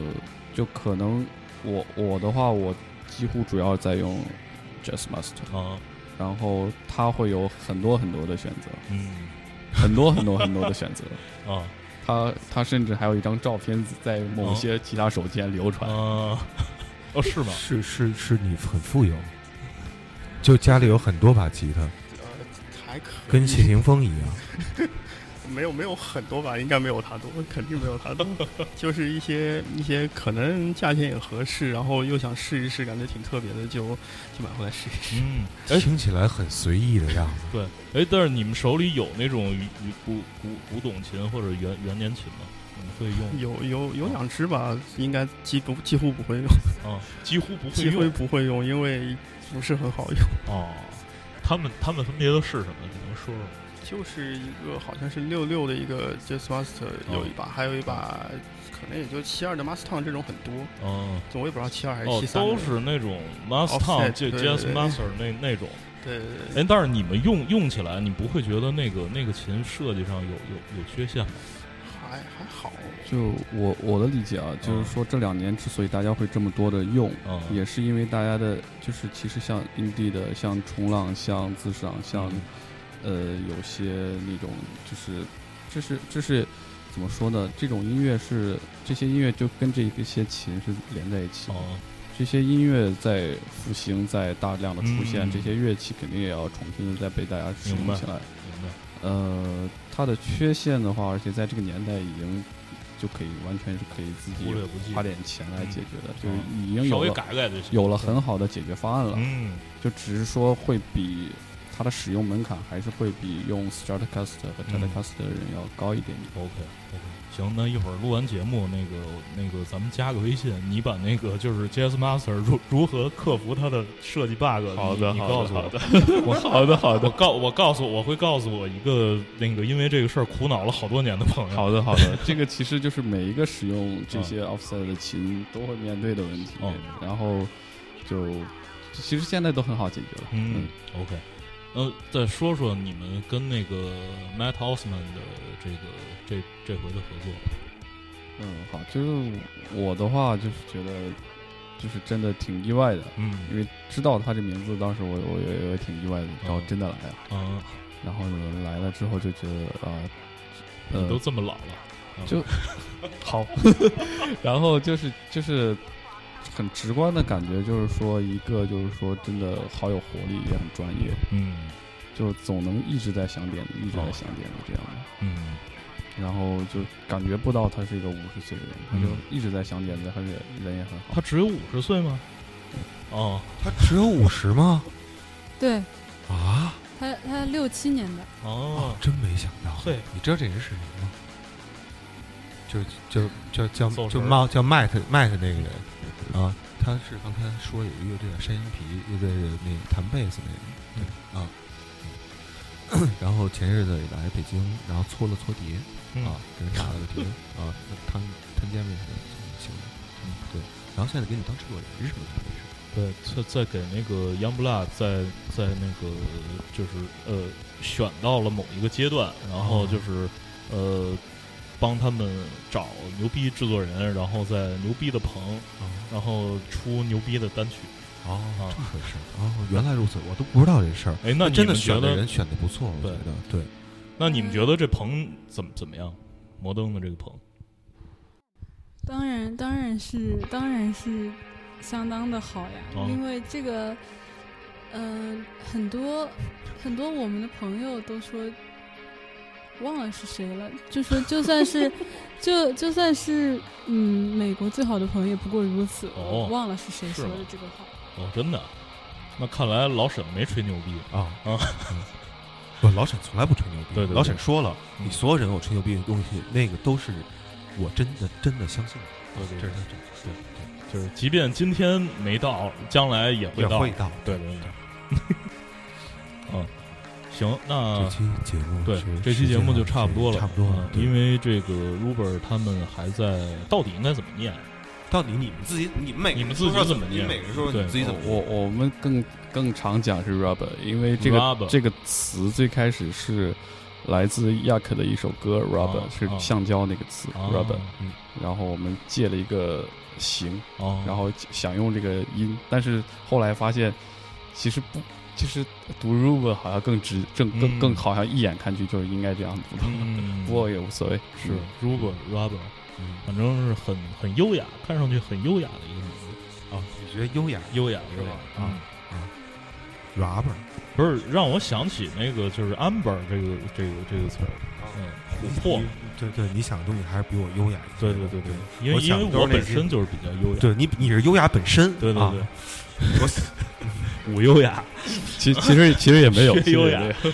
Speaker 5: 就可能我我的话，我几乎主要在用 Jazz Master，
Speaker 2: 啊
Speaker 5: 然后它会有很多很多的选
Speaker 2: (laughs)
Speaker 5: 择，
Speaker 2: 嗯
Speaker 5: 很多很多很多的选择。
Speaker 2: 啊。
Speaker 5: 它它甚至还有一张照片在某
Speaker 2: 哦
Speaker 5: 些吉他手间流传。
Speaker 2: 啊，哦，是吗？
Speaker 1: 是是是你很富有，就家里有很多把吉他，
Speaker 6: 呃还可以
Speaker 1: 跟谢 (laughs) 霆锋一样。
Speaker 6: 没有没有很多吧，应该没有他多，肯定没有他多，就是一些一些可能价钱也合适，然后又想试一试，感觉挺特别的，就就买回来试一试。
Speaker 2: 嗯，哎，
Speaker 1: 听起来很随意的样子。
Speaker 2: 对，哎，但是你们手里有那种古古古董琴或者原原年琴吗？你们会用
Speaker 6: 有有有两只吧，应该几不几乎不会用，
Speaker 2: 啊？几乎不会
Speaker 6: 几乎
Speaker 2: 用
Speaker 6: 不会用，因为不是很好用。
Speaker 2: 哦。他们他们分别都是什么？你能说说吗？
Speaker 6: 就是一个好像是六六的一个 Jazz Master 有一把，还有一把可能也就七二的 Mustang 这种很多，
Speaker 2: 嗯，
Speaker 6: 我也不知道七二还是
Speaker 2: 哦
Speaker 6: 七，三、
Speaker 2: 都是那种 Master
Speaker 6: Offset，
Speaker 2: j
Speaker 6: 对
Speaker 2: Jazz
Speaker 6: 对对
Speaker 2: Master 那那种。
Speaker 6: 对对对对
Speaker 2: 哎，但是你们用用起来，你不会觉得那个那个琴设计上有有有缺陷吗？
Speaker 6: 还还好，
Speaker 5: 就我我的理解啊，
Speaker 2: 嗯
Speaker 5: 就是说这两年之所以大家会这么多的用，
Speaker 2: 啊，
Speaker 5: 也是因为大家的，就是其实像 indie 的，像冲浪，像自赏，像、
Speaker 2: 嗯
Speaker 5: 呃有些那种就是这是这是怎么说呢？这种音乐是这些音乐就跟这一些琴是连在一起的。
Speaker 2: 哦，
Speaker 5: 这些音乐在复兴，在大量的出现，
Speaker 2: 嗯
Speaker 5: 这些乐器肯定也要重新的再被大家使
Speaker 2: 明白
Speaker 5: 用起来。
Speaker 2: 明白。
Speaker 5: 呃，它的缺陷的话，而且在这个年代已经就可以完全是可以自己
Speaker 2: 忽略不计
Speaker 5: 花点钱来解决的，
Speaker 2: 嗯
Speaker 5: 就是已经
Speaker 2: 稍
Speaker 5: 有
Speaker 2: 微
Speaker 5: 了
Speaker 2: 改改就行。
Speaker 5: 有了很好的解决方案了，
Speaker 2: 嗯，
Speaker 5: 就只是说会比它的使用门槛还是会比用 Stratocaster 和
Speaker 2: 嗯
Speaker 5: Telecaster 的人要高一点点。
Speaker 2: OK OK，行，那一会儿录完节目，那个那个咱们加个微信，你把那个就是 JS Master 如如何克服它的设计 bug，
Speaker 7: 好
Speaker 2: 你
Speaker 7: 的
Speaker 2: 你
Speaker 7: 好
Speaker 2: 告
Speaker 7: 的
Speaker 2: 诉
Speaker 7: 好
Speaker 2: 我
Speaker 7: 的，
Speaker 2: 我好的好的，我告我告诉我会告诉我一个那个因为这个事儿苦恼了好多年的朋友。
Speaker 7: 好的好的，
Speaker 5: 这个其实就是每一个使用这些 offset 的琴都会面对的问题，
Speaker 2: 哦
Speaker 5: 然后就其实现在都很好解决了。
Speaker 2: 嗯，OK，呃，再说说你们跟那个 Matt Osman 的这个这这回的合作。
Speaker 5: 嗯，好，就是我的话就是觉得就是真的挺意外的，
Speaker 2: 嗯
Speaker 5: 因为知道他这名字，当时我我也也挺意外的，然后
Speaker 2: 嗯
Speaker 5: 真的来了，
Speaker 2: 啊，
Speaker 5: 然后呢来了之后就觉得啊，
Speaker 2: 你嗯都
Speaker 5: 呃，
Speaker 2: 这么老了，啊
Speaker 5: 就好， (laughs) 然后就是就是很直观的感觉，就是说一个就是说真的好有活力，也很专业，
Speaker 2: 嗯
Speaker 5: 就总能一直在想点子，一直在想点子这样的。
Speaker 2: 嗯
Speaker 5: 然后就感觉不到他是一个五十岁的人，他
Speaker 2: 嗯
Speaker 5: 就一直在想点子，而且人也很好
Speaker 2: 他。只有五十岁吗？哦
Speaker 1: 他只有五十吗？
Speaker 3: 对
Speaker 1: 啊，
Speaker 3: 他他六七年的，
Speaker 2: 哦，
Speaker 1: 真没想到。
Speaker 2: 对，
Speaker 1: 你知道这人是谁吗？就就就叫
Speaker 2: 揍
Speaker 1: 就
Speaker 2: 人
Speaker 1: 冒叫麦克麦克那个人啊，他是刚才说有一个乐队叫山羊皮乐队的那个弹贝斯那个对啊。嗯然后前日子也来北京，然后搓了搓碟
Speaker 2: 嗯
Speaker 1: 啊，给人打了个碟啊，那摊摊煎饼什么的行，嗯对。然后现在给你当制作人是什么回事？
Speaker 2: 对，在在给那个 Youngblood 在在那个就是呃选到了某一个阶段，然后就是、呃帮他们找牛逼制作人，然后在牛逼的棚，
Speaker 1: 哦
Speaker 2: 然后出牛逼的单曲。
Speaker 1: 哦，这么回事哦，原来如此，我都不知道这事儿。
Speaker 2: 哎，那你
Speaker 1: 真的
Speaker 2: 们觉
Speaker 1: 选的
Speaker 2: 得
Speaker 1: 人，选的不错，我觉
Speaker 2: 对
Speaker 1: 得对。
Speaker 2: 那你们觉得这棚怎么怎么样？摩登的这个棚，
Speaker 3: 当然当然是当然是相当的好呀，
Speaker 2: 哦
Speaker 3: 因为这个，嗯、很多很多我们的朋友都说。忘了是谁了，就说就
Speaker 2: (laughs)
Speaker 3: 算是，就就算是，嗯，美国最好的朋友也不过如此。
Speaker 2: 哦
Speaker 3: 我忘了是谁
Speaker 2: 是
Speaker 3: 说
Speaker 2: 吗
Speaker 3: 的这个话。
Speaker 2: 哦，真的啊。那看来老沈没吹牛逼，
Speaker 1: 啊
Speaker 2: 啊！
Speaker 1: 嗯不，老沈从来不吹牛逼。
Speaker 2: 对对对
Speaker 1: 老沈说了，
Speaker 2: 嗯
Speaker 1: 你所有人我吹牛逼的东西，那个都是我真的真的相信的，
Speaker 2: 对
Speaker 1: 这
Speaker 2: 对
Speaker 1: 是
Speaker 2: 对
Speaker 1: 他，真的
Speaker 2: 就是即便今天没到，将来也会
Speaker 1: 也
Speaker 2: 到。
Speaker 1: 会到。
Speaker 2: 对对对。嗯，行，那
Speaker 1: 这期节目
Speaker 2: 啊对
Speaker 1: 是，
Speaker 2: 这期节目就差不多了，
Speaker 1: 啊差不多了
Speaker 2: 嗯。
Speaker 1: 对
Speaker 2: 因为这个 Uber 他们还在，到底应该怎么念？
Speaker 1: 到底你们自己，你们每个人
Speaker 2: 你们自己
Speaker 1: 说说
Speaker 2: 怎么念
Speaker 1: 你每个人说说
Speaker 2: 对啊
Speaker 1: 你自己怎么念
Speaker 5: 哦我我们更更常讲是 rubber，因为这个
Speaker 2: Rubber
Speaker 5: 这个词最开始是来自亚克的一首歌 rubber，、
Speaker 2: 啊
Speaker 5: 是
Speaker 2: 啊
Speaker 5: 橡胶那个词、
Speaker 2: 啊
Speaker 5: rubber，
Speaker 1: 嗯
Speaker 5: 然后我们借了一个形，
Speaker 2: 哦，
Speaker 5: 然后想用这个音，但是后来发现其实不，其实读 rubber 好像更直，更
Speaker 2: 嗯
Speaker 5: 更、更好像一眼看去就是应该这样读的，
Speaker 2: 嗯，
Speaker 5: 不过也无所谓，
Speaker 2: 是 Uber Rubber，
Speaker 1: 嗯
Speaker 2: 反正是很很优雅，看上去很优雅的一个名字。啊，
Speaker 1: 你觉得优雅
Speaker 2: 优雅是
Speaker 1: 优
Speaker 2: 吧
Speaker 1: 雅？
Speaker 2: 嗯
Speaker 1: 啊，rapper
Speaker 2: 不是让我想起那个就是 amber 这个这个这个词儿，嗯，琥珀
Speaker 1: 你，对对，你想的东西还是比我优雅一些
Speaker 2: 对
Speaker 1: 的。
Speaker 2: 对对对，因
Speaker 1: 我
Speaker 2: 为因
Speaker 1: 想
Speaker 2: 为
Speaker 1: 都是
Speaker 2: 我
Speaker 1: 那
Speaker 2: 本
Speaker 1: 些
Speaker 2: 身就是比较优雅，
Speaker 1: 对你你是优雅本身，
Speaker 2: 对对
Speaker 1: 啊
Speaker 2: 对，
Speaker 1: 我
Speaker 2: 五优雅，
Speaker 5: 其其实其实也没有，
Speaker 2: 缺
Speaker 5: 其
Speaker 2: (laughs)
Speaker 5: 实
Speaker 2: 优
Speaker 5: 也
Speaker 2: 雅
Speaker 5: 没有，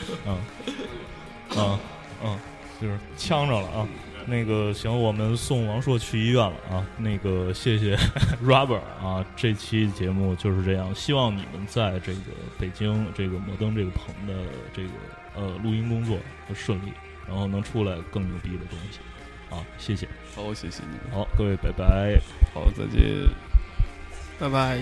Speaker 2: 嗯嗯，就是呛着了啊。那个行，我们送王硕去医院了啊。那个谢谢 (laughs) Robert 啊，这期节目就是这样。希望你们在这个北京这个摩登这个棚的这个呃录音工作顺利，然后能出来更牛逼的东西啊。谢谢，
Speaker 5: 好，谢谢你们，
Speaker 2: 好，各位，拜拜。
Speaker 5: 好，再见。
Speaker 6: 拜拜。